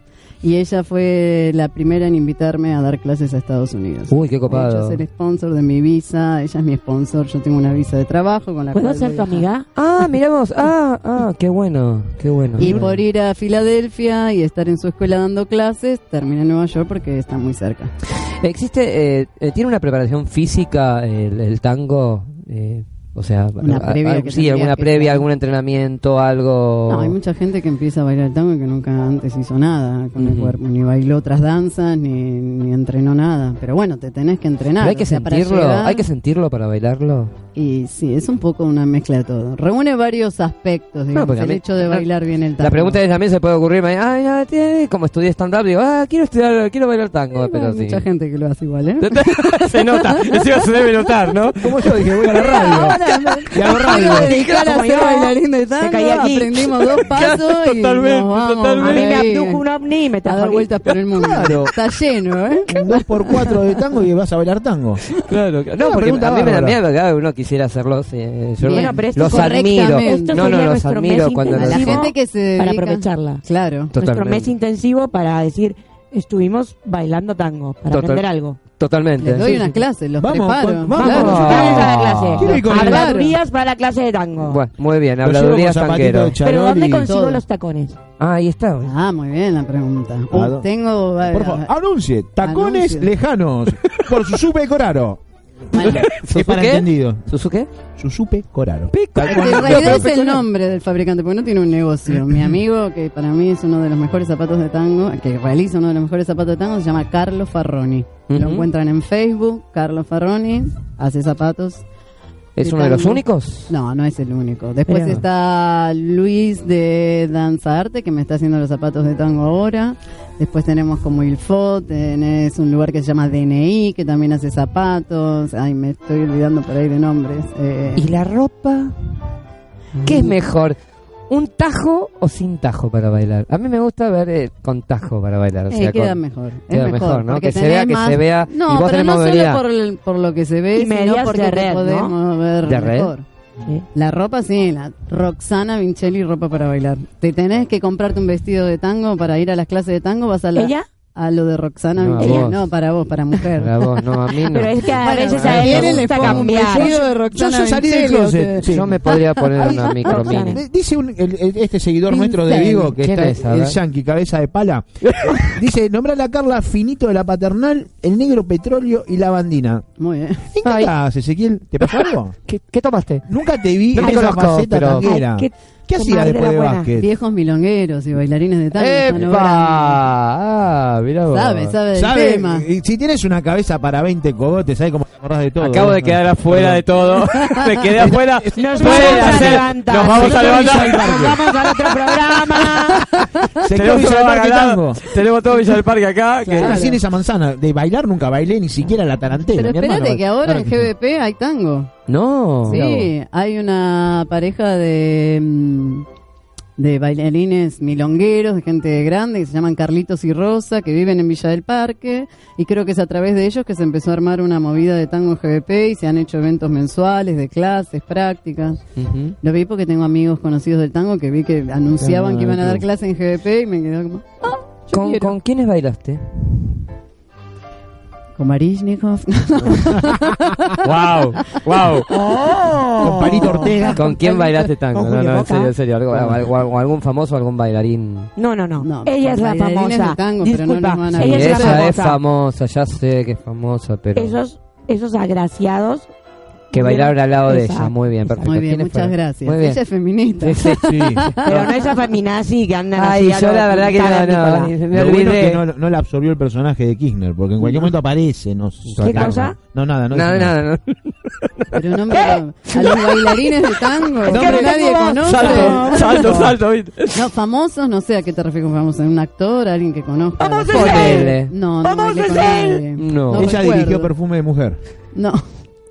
Y ella fue la primera en invitarme a dar clases a Estados Unidos.
Uy, qué
De hecho,
copado.
es el sponsor de mi visa, ella es mi sponsor, yo tengo una visa de trabajo con la
¿Puedo
cual
ser
voy
tu
a-
amiga?
Ah, miramos. Ah, ah, qué bueno, qué bueno.
Y
Qué
por
bueno.
ir a Filadelfia y estar en su escuela dando clases, terminé en Nueva York porque está muy cerca.
¿Existe, eh, eh, tiene una preparación física el, el tango? Eh, o sea,
Una
a- a-
previa
algo-
que
sí,
tendría
alguna
que
previa,
tener.
algún entrenamiento, algo...
No, hay mucha gente que empieza a bailar tango y que nunca antes hizo nada con el
Ujú.
cuerpo, ni bailó otras danzas, ni, ni entrenó nada. Pero bueno, te tenés que entrenar.
Pero hay que
o sea, para
sentirlo,
llegar-
hay que sentirlo para bailarlo.
Y sí, es un poco una mezcla de todo. Reúne varios aspectos, digamos,
porque a
el
mí-
hecho de bailar bien el tango.
La pregunta es también se puede ocurrirme, ay, no, tiene- como estudié stand-up, digo, ah, quiero estudiar, quiero bailar tango,
Bueno,
pero
hay
sí.
mucha gente que lo hace igual, ¿eh?
se nota, encima se debe notar, ¿no?
Como yo dije, voy a la radio.
Ahora me
Y hago radio.
voy a dedicar a ser bailarín de tango,
Se caí aquí.
aprendimos dos pasos y
Totalmente,
nos vamos
A mí
totalmente.
me
ahí
abdujo un ovni y me
a
trajo
dar
aquí.
vueltas por el mundo.
Claro.
Está lleno, ¿eh?
Un 2x4 de tango y vas a bailar tango.
Claro, claro. No,
Una
porque a mí
pregunta
me da
bárbara.
miedo, claro, uno quisiera hacerlo, sí, eh, yo
Bien.
los-
Pero
esto
los
correctamente.
admiro.
Esto
no, no,
sería
los
nuestro
admiro
mes
cuando
A la
los-
intensivo.
gente que se dedica...
Para aprovecharla.
Claro.
Totalmente.
Nuestro mes intensivo para decir, estuvimos bailando tango, para
Total-
aprender algo.
Totalmente.
Les doy unas clases, los
Vamos,
preparo.
Juan, vamos.
Vamos,
Claro.
vamos a la
Quiero ir
clase.
con el-
Habladurías para la clase de tango.
Bueno, muy bien,
Lo llevo con
habladurías
zapatito
tanquero.
de charol
Pero ¿dónde
y-
consigo
todo.
los tacones?
Ah, ahí está.
Ah, muy bien la pregunta. Uh,
Ah, no.
tengo...
Por favor, anuncie. Tacones
Anuncie.
lejanos. Por Susupe Coraro.
Bueno,
Es para
¿Suzuki?
entendido.
¿Suzuki?
Susupe Coraro.
En realidad es el nombre del fabricante, porque no tiene un negocio. Mi amigo, que para mí es uno de los mejores zapatos de tango, que realiza uno de los mejores zapatos de tango, se llama Carlos Farroni. Lo
Ujú.
encuentran en Facebook, Carlos Farroni, hace zapatos.
¿Es
de
uno de los
tango.
únicos?
No, no es el único. Después
Mirá.
está Luis de Danza Arte, que me está haciendo los zapatos de tango ahora. Después tenemos como Ilfo, tenés un lugar que se llama DNI, que también hace zapatos. Ay, me estoy olvidando por ahí de nombres. Eh,
¿Y la ropa? ¿Qué es mejor? ¿Un tajo o sin tajo para bailar? A mí me gusta ver eh, con tajo para bailar. O
Eh,
sea,
queda
con-
mejor. Es
queda
mejor,
mejor, ¿no?
porque
Que se
tenés
vea, que
más-
se vea. y
No,
vos
pero
tenés
no
movilidad.
solo por, el- por lo que se ve,
Y medias
sino
de
porque te
red, ¿no?
podemos ver
¿De red?
mejor.
Sí. Ah,
La ropa, sí, la Roxana Vincelli, ropa para bailar. Te tenés que comprarte un vestido de tango para ir a las clases de tango, vas a la...
¿Ella?
A lo de Roxana
No, a
Vincelli.
vos.
No, para vos, para mujer.
Para vos, no, a mí no.
Pero es que a
Bueno,
veces
Ah,
a
a él
él
le
le
gusta
pongo un
cambiar.
vestido de
Yo
Roxana
ya salí del
Vincelli, o sea,
closet. sí.
Yo me podría poner
Ahí-
una micro mini.
D- Dice un- el- el- este seguidor
Pincel.
nuestro de Vigo, que
¿Quién
está
es? A ver.
el Yankee, cabeza de pala, dice, nombrar a Carla Finito de la Paternal, el Negro Petróleo y la Bandina.
Muy bien.
¿En qué
Ay.
estás, Ezequiel? ¿Te pasó algo?
¿Qué, qué tomaste?
Nunca te vi
No
en
te
esa
conozco,
faceta
pero-
tanguera.
Ay, qué-
¿Qué hacías
madre
después
la
de
buena.
básquet?
Viejos milongueros y bailarines de tango. están
¡Epa!
logrando.
Ah, mirá vos.
Sabe, sabe del
¿Sabe?
tema.
Y Si tienes una cabeza para 20 cogotes, ¿sabes cómo te acordás de todo? ¿eh?
Acabo de quedar afuera de todo. Me quedé afuera.
Nos
Pueden
vamos a
hacer-
levantar.
Nos vamos a levantar.
Nos vamos al otro programa.
Sector
Tenemos
Villa
todo
del
Villa
Parque
del
Tango.
Parque, tenemos todo Villa del Parque acá. que-
Recién esa manzana. De bailar nunca bailé ni siquiera la tarantela.
Pero
mi hermano
espérate que
baila.
ahora
Claro
en
que sí.
GBP hay tango.
No. Mirá vos.
Sí, hay una pareja de, mm, de bailarines milongueros, de gente grande, que se llaman Carlitos y Rosa, que viven en Villa del Parque, y creo que es a través de ellos que se empezó a armar una movida de tango en GBP y se han hecho eventos mensuales, de clases, prácticas.
Ujú.
Lo vi porque tengo amigos conocidos del tango que vi que anunciaban
Claro,
que iban a dar
claro.
clases en GBP y me quedó como... "Ah, yo
¿Con,
quiero".
¿Con quiénes bailaste?
Con Marishnikov.
Wow, wow.
Con Palito Ortega.
¿Con quién bailaste tango?
Con
No,
Julio
no, en
Boca.
serio, en serio. Algo- algo- algo- algún famoso, algún bailarín.
No, no, no.
No,
ella es la
bailarines
famosa.
de tango, pero no
Disculpa,
nos van a
ella
Y
es la
esa
famosa.
es famosa, ya sé que es famosa, pero
Esos, esos agraciados.
que bailaron al lado de
Exacto,
ella, muy bien, perfecto.
Muy bien,
¿Quiénes
muchas
fueron?
gracias.
Muy bien.
Ella es feminista.
Sí, sí.
Sí.
Pero no esa feminazi que andan
Ay,
así a
yo
lo
la verdad que
pintada
no, no,
Nicolás.
me
Lo bueno es
olvidé.
que no, no la absorbió el personaje de Kirchner, porque en cualquier momento aparece. No, ¿Qué
cosa?
No, nada, no.
Nada,
dice
nada, no.
Pero no me a los bailarines de tango,
No,
que
pero
nadie conoce.
Salto, salto, salto. ¿viste?
No, famosos, no sé a qué te refieres con famosos, un actor, alguien que conozca.
¡Famoso
Después-
es
él!
No, no
¡Famoso
bailé
es
con
él!
nadie.
No.
Ella
recuerdo.
dirigió Perfume de Mujer.
No.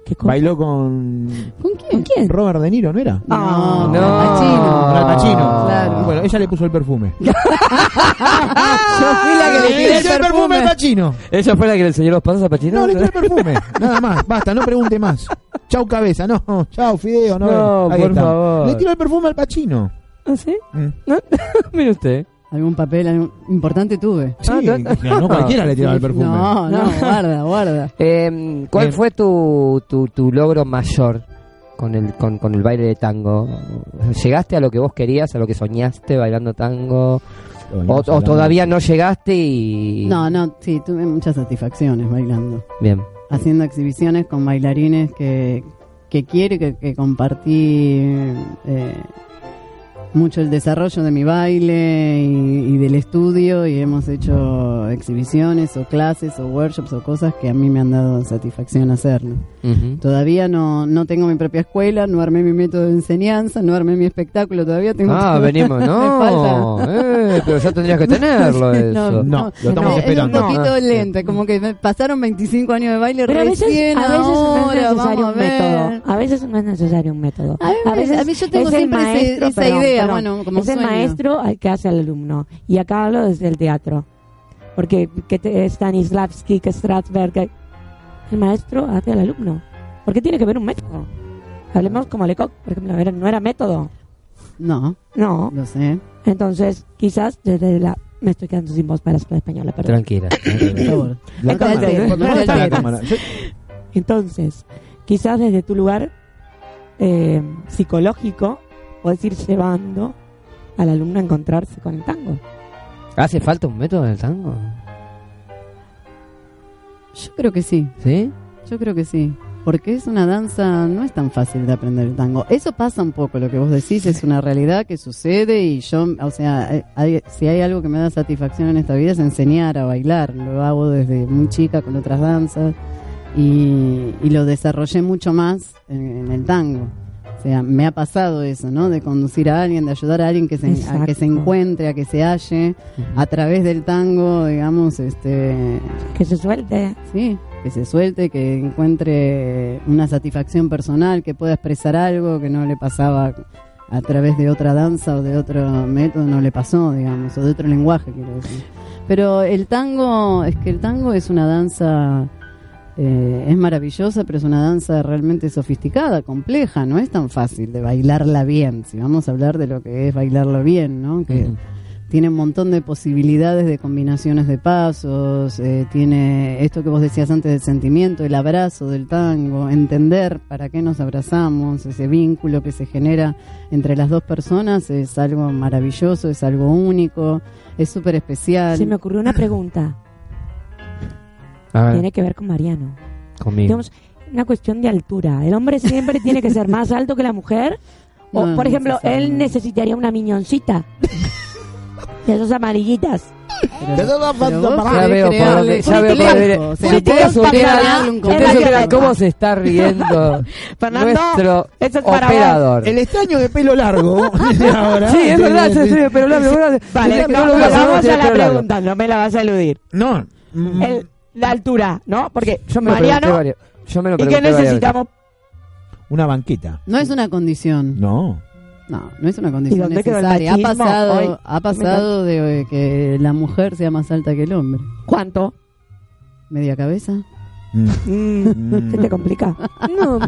¿Qué cosa?
Bailó con
¿Con quién?
Robert De Niro, ¿no era?
Ah,
No,
No.
Al Pacino.
Con Al Pacino.
Ah. Claro.
Bueno, ella le puso el perfume.
Yo fui la que le tiré
¡Le echó
el perfume.
al Pacino!
¿Ella fue la que le enseñó los pasos a Pachino?
No, le echó el perfume. Nada más, basta, no pregunte más. Chau cabeza, no, chau fideo, no.
No,
Ahí
por
está.
favor.
Le tiró el perfume al Pachino.
¿Ah, sí? ¿No? Mire usted.
algún papel algún- importante tuve.
Sí,
Ah, claro.
no cualquiera le tiraba el perfume.
No, no,
No.
guarda, guarda.
Eh, ¿Cuál
Eh.
fue tu, tu, tu logro mayor con el, con, con el baile de tango? ¿Llegaste a lo que vos querías, a lo que soñaste bailando tango?
Lo
¿O,
venimos
o
hablando.
todavía no llegaste y...?
No, no, sí, tuve muchas satisfacciones bailando.
Bien.
haciendo exhibiciones con bailarines que, que quiero y que, que compartí eh, mucho el desarrollo de mi baile y, y del estudio y hemos hecho exhibiciones o clases o workshops o cosas que a mí me han dado satisfacción hacerlo.
Ujú.
Todavía no, no tengo mi propia escuela, no armé mi método de enseñanza, no armé mi espectáculo, todavía tengo...
Ah,
todo-
venimos,
me
no,
falta.
eh, pero ya tendrías que tenerlo
Sí,
eso.
no,
No, lo estamos
Es-
esperando.
Es un poquito
Ah.
lenta, como que me pasaron 25 años de baile
Pero a veces,
recién
a veces no es
ahora,
necesario
vamos
un
a ver.
método. A veces no es necesario un método.
A mí me- a mí yo tengo
es el
siempre ese- esa idea, bueno, como
es el
sueño.
maestro al que hace al alumno. Y acá hablo desde el teatro. Porque que te- Stanislavski, que Strasberg, que- el maestro hace al alumno. Porque tiene que ver un método. Hablemos como Lecoq, por ejemplo, era- no era método.
No,
No.
lo sé.
Entonces, quizás desde la. Me estoy quedando sin voz para la española, perdón.
Tranquila.
Por favor.
La
No te
cámara,
alteres,
¿por qué
no
no
te
está la
alteres.
cámara? Yo-
Entonces, quizás desde tu lugar eh, psicológico puedes ir llevando al alumno a encontrarse con el tango.
¿Hace falta un método en el tango?
Yo creo que sí,
¿Sí?
yo creo que sí. Porque es una danza, no es tan fácil de aprender el tango. Eso pasa un poco, lo que vos decís es una realidad que sucede y yo, o sea, eh, hay- si hay algo que me da satisfacción en esta vida es enseñar a bailar. Lo hago desde muy chica con otras danzas y, y lo desarrollé mucho más en, en el tango. O sea, me ha pasado eso, ¿no? De conducir a alguien, de ayudar a alguien que se, a que
Exacto.
se encuentre, a que se halle, a través del tango, digamos, este,
Que se suelte.
Sí, que se suelte, que encuentre una satisfacción personal, que pueda expresar algo que no le pasaba a través de otra danza o de otro método, no le pasó, digamos, o de otro lenguaje, quiero decir. Pero el tango, es que el tango es una danza, eh, es maravillosa, pero es una danza realmente sofisticada, compleja, no es tan fácil de bailarla bien, si vamos a hablar de lo que es bailarlo bien, ¿no? Que, tiene un montón de posibilidades de combinaciones de pasos, eh, tiene esto que vos decías antes del sentimiento, el abrazo del tango, entender para qué nos abrazamos, ese vínculo que se genera entre las dos personas es algo maravilloso, es algo único, es súper especial.
Se me ocurrió una pregunta.
A ver,
Tiene que ver con Mariano.
conmigo.
Digamos, una cuestión de altura. El hombre siempre tiene que ser más alto que la mujer. O,
No,
por ejemplo, él
necesariamente.
necesitaría una miñoncita. De esas amarillitas.
Pero-
Te doy la
pero
pata
vos
para-
Ya
podés
veo por
crearle
dónde- ya
un
veo por
complejo,
dónde-
o
si
sea,
ustedes
podés
supieran-
crearle un
Ustedes
complejo.
supieran cómo se está riendo
Fernando,
nuestro
eso es para
operador.
El extraño de pelo largo. ahora,
Sí, es
tiene-
verdad, yo estoy de pelo largo. gracias.
Vale,
Yo
no,
lo
pero
hago,
vamos
estoy de
a la
pelo largo.
pregunta, no me la vas a eludir.
No. mm,
El- la altura, ¿no? Porque
Yo me lo pregunté
Mariano,
varias Yo me lo
¿y qué
pregunté varias veces.
necesitamos?
Una banqueta.
No es una condición.
No.
No, no es una
¿Y
condición
dónde quedó el
necesaria. Ha
machismo
pasado,
hoy?
ha pasado de eh, que la mujer sea más alta que el hombre.
¿Cuánto?
Media cabeza.
Mm,
Mm,
mm.
se te complica.
No,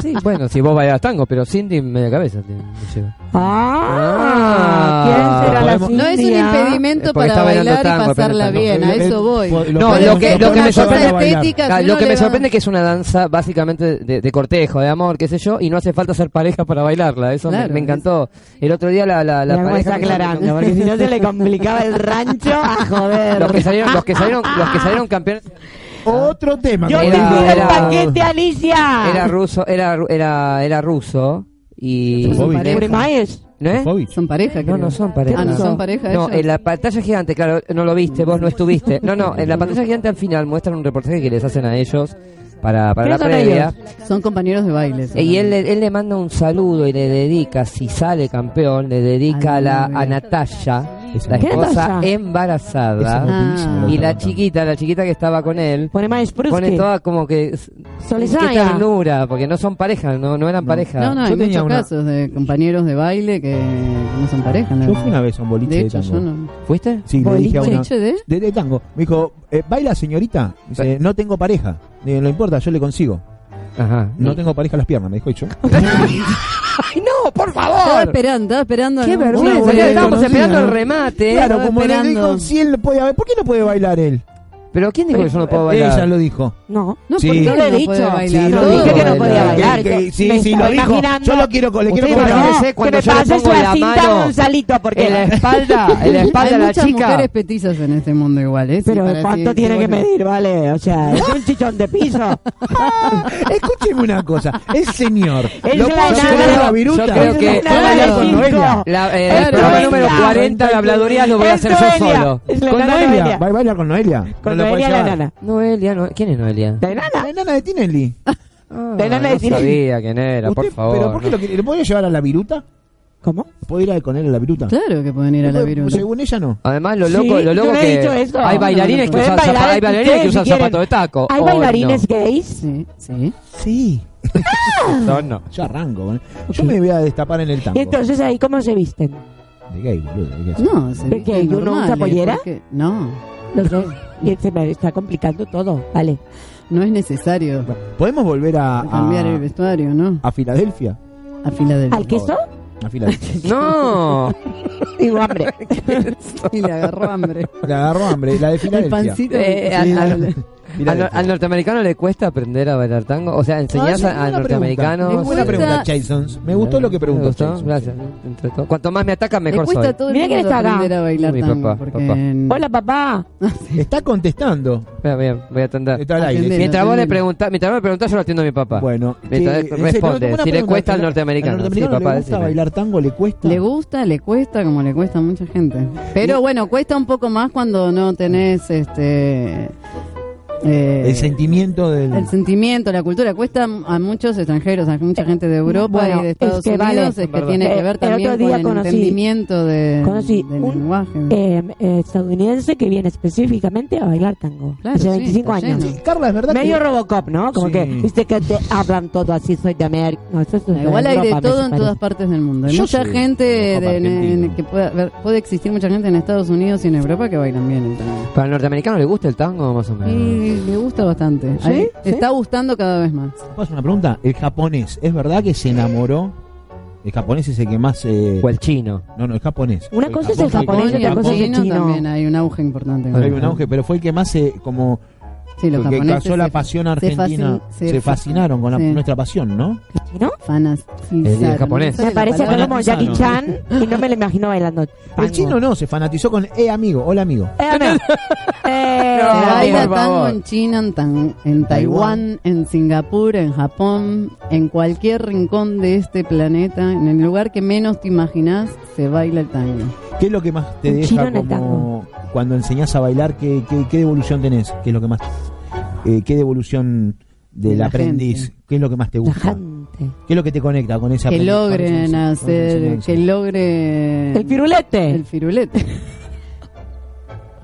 sí, bueno, si vos bailas tango, pero Cindy media cabeza te, te lleva. Ah,
Ah, ¿quién será la
podemos-
No es un
Cintia?
Eh,
impedimento
porque está
para
bailando
bailar
tango,
y pasarla
apenas
bien,
tango.
a eso voy.
No,
Pero
lo que-
es
lo que
una
me
cosa
sorprende-
estética que
Ah,
uno
lo que
le
me
va-
sorprende es que es una danza básicamente de, de cortejo, de amor, qué sé yo, y no hace falta ser pareja para bailarla. Eso me-
Claro,
me, acantó. El otro día la, la, la
La
pareja
está
que-
aclarando, porque si no se le complicaba el rancho a
los que
joder.
salieron, los que salieron, los que salieron campeones
Otro tema.
Yo
que
te
Era-
pido el
era-
paquete, Alicia.
era ruso, era ru- era era ruso y
Son
Bobby.
pareja.
Maes.
¿no es?
Povich.
Son pareja,
No,
creo.
no son pareja.
Ah, no
No.
son pareja.
No,
ellos?
en la pantalla gigante, claro, no lo viste, vos no estuviste. No, no, en la pantalla gigante al final muestran un reportaje que les hacen a ellos para, para la
¿Quiénes son
previa.
Son compañeros de baile. son.
Eh, Y él, le- él le manda un saludo y le dedica, si sale campeón, le dedica a, la, a Natalia, la
¿Qué
esposa
Natalia?
Ese
embarazada.
motivísimo
Ah.
lo
Y la
estaba
chiquita, la chiquita que estaba con él,
Pone Maes
pone
Prusky.
toda como que... Qué
Solizaya.
ternura, porque no son pareja, no, no eran pareja.
No, no,
Yo
hay
tenía
muchos
una-
casos de compañeros de baile que no son pareja. la
Yo
verdad.
fui una vez a un boliche
De
de,
hecho,
tango.
yo no.
¿Fuiste?
Sí, le dije a una.
¿Boliche de?
De, de tango. Me dijo, eh, ¿baila señorita? Dice, no tengo pareja. Digo, no importa, yo le consigo.
Ajá.
No tengo pareja a las piernas, me dijo y yo.
Ay, no, por por
Estaba
favor.
esperando, estaba esperando.
Qué
¿no?
vergüenza,
Una
ya
boludez.
estábamos
conocida.
esperando el remate.
Claro,
estaba
como le
esperando.
dijo, si él podía bailar, ¿por qué no puede bailar él?
Pero ¿quién dijo que yo no puedo bailar?
Ella lo dijo.
No.
No,
Sí.
¿por qué
Yo
le he
no
dicho.
puede bailar?
Sí,
no
Todo.
dije que no
puede
podía
bailar.
bailar.
Que- que-
yo
sí,
me
sí,
estaba
lo dijo.
imaginando.
Yo lo quiero- le
Usted
quiero
No,
conocer.
imagínese
que
cuando
me
yo le
pase
pongo
su
la
cinta
mano
Gonzalito, porque
En la espalda, en la espalda
Hay
de la
muchas
chica.
mujeres petizas en este mundo igual, ¿eh? Sí,
Pero
para
¿cuánto
decir,
tiene que
bueno,
medir, vale? O sea, es un chichón de piso.
Escúcheme una cosa, el señor.
El
lo
de
puedo
la
llevar
nada.
a la viruta.
Yo creo que-
Puedo bailar con
Cinco.
Noelia.
La, eh,
Claro,
el programa
ahí
número
está.
40 de habladorías lo voy a
Es
hacer yo
Noelia.
solo.
Es la
Con
nana
Noelia.
Noelia.
Va a bailar con Noelia.
Con
No lo puede
Noelia la
llevar.
nana.
Noelia, no- ¿quién es Noelia?
De nada.
La nana de Tinelli.
Ah,
de nana
no
de Tinelli.
sabía quién era, por
Usted-
favor.
¿Pero por qué
no.
lo, quiere- ¿lo podría llevar a la viruta?
¿Cómo?
¿Puedo ir a- con él a la viruta?
Claro que pueden ir a la
Puede-
viruta.
Según ella no.
Además, lo loco,
Sí,
lo loco
yo le he
que
dicho eso.
hay bailarines que
Pueden
usan,
bailar
zapa- hay bailarines que
ustedes si
usan
quieren.
zapatos de taco.
¿Hay
Oh,
bailarines gays?
Sí, sí.
Sí.
no. No, no.
Yo arranco. ¿eh? Yo
Ok.
me voy a destapar en el tango.
Y entonces ahí, ¿cómo se visten?
De gay, boludo. de gay.
No, se
¿Pero
visten
qué, y uno usa
normales,
pollera?
porque- No,
No sé. Y se me está complicando todo, vale.
no es necesario
¿Podemos volver
Ah.
a, a-
cambiar el vestuario, ¿no?
a Filadelfia?
A Filadelfia.
¿Al queso?
A Filadelfia.
No.
Digo, hambre.
Y le agarró hambre.
Le agarró hambre. La de
El
Filadelfia.
pancito.
Eh,
Sí,
al- al-
dale.
Al,
Filadelfia.
al norteamericano le cuesta aprender a bailar tango. O sea, enseñás
Ah,
a- a
buena
norteamericanos.
pregunta. Es buena
Me
pregunta,
gusta-
Jason. Me gustó lo que preguntó.
Me gustó,
Jason.
gracias. Entre todos. Cuanto más me atacan,
Le
mejor
cuesta
soy.
a todo el
Mira quién
mundo
está acá.
aprender a bailar
Uy,
tango.
papá,
porque
papá.
en-
Hola, papá.
Está contestando.
Mira, mira, voy a atender.
Está al aire.
Atendelo.
Mientras vos le
atendelo.
preguntás, mientras vos me preguntás, yo lo atiendo a mi papá.
Bueno,
Mientras
que-
responde,
en serio, una
si le
pregunta,
cuesta al
¿al
norteamericano?
¿Al
Sí,
norteamericano
papá,
le gusta
decime.
bailar tango? ¿Le cuesta?
Ah.
Le gusta, le cuesta como le cuesta a mucha gente. Pero bueno, cuesta un poco más cuando no tenés este eh,
El sentimiento del...
el sentimiento, la cultura. Cuesta a muchos extranjeros, a mucha gente de Europa
Eh, Bueno,
y de
es
Estados
que vale.
Unidos, es que tiene que
Eh,
ver
el
también
otro día
con el
conocí-
entendimiento de,
conocí
del
un-
lenguaje.
Eh, eh, estadounidense que viene específicamente a bailar tango.
Claro,
Hace
sí,
25
está
años.
lleno.
Carla, es verdad
Medio
que...
Robocop, ¿no? Como
Sí.
que, viste que te hablan todo así, soy de América. No, eso es de
Igual hay de
Europa, me
todo en
parece.
todas partes del mundo. Hay
Yo
mucha
soy
gente
de Europa,
de- en- en-
argentino.
que puede, haber- puede existir mucha gente en Estados Unidos y en Europa que bailan bien el tango.
¿Para el norteamericano le gusta el tango más o
Ah.
menos?
Y le gusta bastante.
¿Sí?
Ahí-
¿Sí?
Está gustando cada vez más.
¿Puedo hacer una pregunta? El japonés, ¿es verdad que se enamoró? El japonés es el que más... eh,
¿O el chino?
No, no, el japonés.
Una
El
cosa es el
Japón,
japonés,
el
otra cosa es el chino.
también hay un auge importante.
Hay un auge, pero fue el que más se... Como
Sí, los
el que
japoneses
causó la
se-
pasión
se
argentina.
fascin-
Se, fascinaron con la-
sí.
nuestra pasión, ¿no?
¿No?
Fanas.
El día japonés.
Me parece
palabra.
como
Bueno,
Jackie
no.
Chan y no me lo imagino bailando. tango.
El chino no, se fanatizó con... Eh, amigo, hola, amigo.
Eh, amigo. Eh,
Se baila
por
tango
favor.
en China, en, tan- en
Taiwán.
Taiwán, en Singapur, en Japón, en cualquier rincón de este planeta, en el lugar que menos te imaginás, se baila el tango.
¿Qué es lo que más te
Un chino
deja
en el
como cuando enseñás a bailar? ¿qué, qué, qué devolución tenés? ¿Qué es lo que más? eh, ¿Qué devolución
De
del
la
aprendiz?
gente.
¿Qué es lo que más te
la
gusta?
gente.
¿Qué es lo que te conecta con esa
Que
aprendiz-
logren
con esa
hacer,
enseñanza?
que logre...
El pirulete.
El firulete.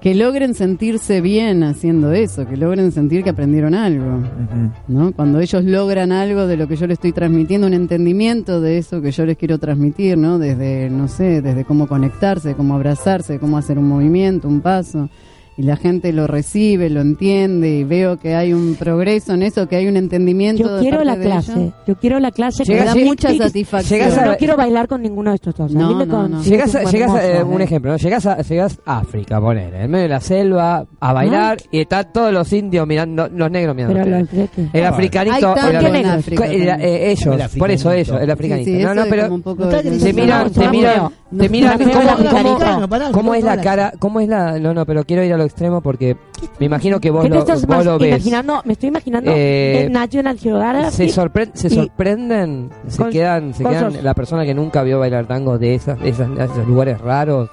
que logren sentirse bien haciendo eso, que logren sentir que aprendieron algo,
Ujú.
¿no? Cuando ellos logran algo de lo que yo les estoy transmitiendo, un entendimiento de eso que yo les quiero transmitir, ¿no? Desde, no sé, desde cómo conectarse, cómo abrazarse, cómo hacer un movimiento, un paso. Y la gente lo recibe, lo entiende y veo que hay un progreso en eso, que hay un entendimiento.
Yo
de
quiero
parte
la
de ellos.
clase. Yo quiero la clase que
Me
me
Llega-
da
da
llega-
mucha
mucha
satisfacción.
Llegas
Yo
a-
no quiero bailar con ninguno de estos dos. A
No,
mí me
no,
con-
no.
sí,
Llegas,
Ah, es
a,
un
llegas a- eh,
hermoso, ¿eh?
un ejemplo, ¿no? Llegas a, llegas a África, poner, en medio de la selva, a bailar, y están todos los indios mirando, los negros mirando.
Pero
a
los
ustedes.
de que-
El
Ah,
africanito,
Hay
el
tanto en
afri-
África
co- el-
también.
eh, ellos,
El
por eso
africanito.
ellos, el
Sí,
africanito.
sí,
no,
eso
no,
es como
pero
un poco
Está
de-
gris-
te miran, te miran, te miran
No, no,
cómo,
no, no,
cómo-
africano, pará,
cómo
no,
es la
pará.
cara, cómo es la, no, no, pero quiero ir a lo extremo porque me imagino que vos
¿Qué te
lo,
estás
vos
más
lo ves.
imaginando? Me estoy imaginando
Eh,
en National
Se,
Ah,
Geographic.
sorpre- se
y-
sorprenden, se
con-
quedan, se
con
quedan
sos-
la persona que nunca vio bailar tango de esas, esas, esos lugares raros.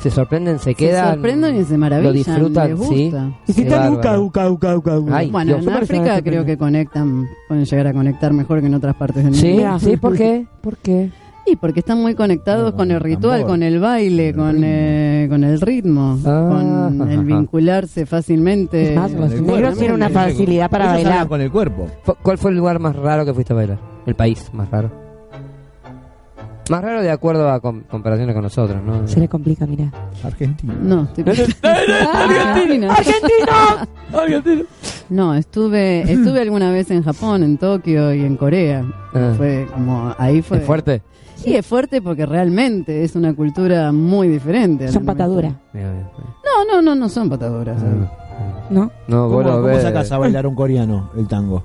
Se sorprenden, se quedan.
Se sorprenden y se
Lo
maravillan.
disfrutan,
les
sí.
gusta.
Qué bárbaro. Ay,
bueno,
Dios.
en África creo que conectan, pueden llegar a conectar mejor que en otras partes del
Sí,
mundo.
Mira.
sí, ¿por qué? ¿Por qué?
Y porque están muy conectados
Bueno,
con el
con el
ritual,
tambor.
con el baile,
Con el
con, eh, con el ritmo,
Ah,
con
ajá.
el vincularse fácilmente.
Es más,
Con el
los
cuerpo,
negros tienen una
ellos-
facilidad para
ellos hablan
bailar.
con el cuerpo.
Fu- ¿Cuál fue el lugar más raro que fuiste a bailar? El país más raro. Más raro de acuerdo a com- comparaciones con nosotros, ¿no?
Se le complica, mira.
Argentino.
No, estoy... Ah, Argentina.
Argentino.
No, estuve estuve alguna vez en Japón, en Tokio y en Corea.
Ah.
Fue como ahí fue.
¿Es fuerte?
Sí, es fuerte porque realmente es una cultura muy diferente. a la
Son
nuestra.
patadura,
No, no, no, no son pataduras.
¿no?
No,
¿Cómo,
bueno, a
cómo
ver.
sacas a bailar un coreano el tango?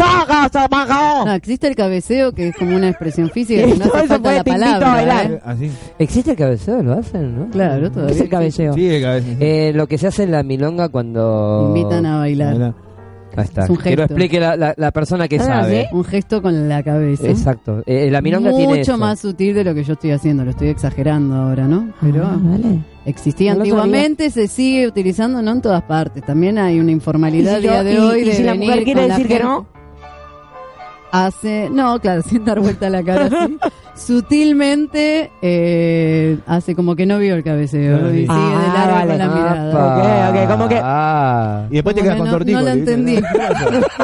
Ah.
No, existe el cabeceo que es como una expresión física que no hace falta la palabra. ¿eh?
¿Así?
¿Existe el cabeceo? ¿Lo hacen, no?
Claro, todavía.
¿Qué es el cabeceo?
Sí, de cabeza.
Eh, lo que se hace en la milonga cuando...
Invitan a bailar.
Bailar.
Ahí está.
Es un
que lo
gesto.
explique la, la- la persona que
Ah,
sabe.
¿sí?
Un gesto con la cabeza.
Exacto. Eh, la milonga tiene
Mucho
eso.
más sutil de lo que yo estoy haciendo, lo estoy exagerando ahora, ¿no? Pero
Ah, vale.
existía
No lo
antiguamente, se sigue utilizando, no en todas partes. También hay una informalidad
¿Y si
día
yo-
de
y-
hoy
y
de
si la
venir
mujer quiere
con la
decir que
gente-
no?
Hace, no, claro, sin dar vuelta a la cara, así. sutilmente eh, hace como que no vio el cabeceo
Ah,
sí.
y sigue de
Ah,
largo
vale.
con la mirada.
Apa.
Ok, ok, ¿cómo que?
Ah.
Y después te
Como
quedas
que
con
no-
tortico.
no la
¿viste?
entendí.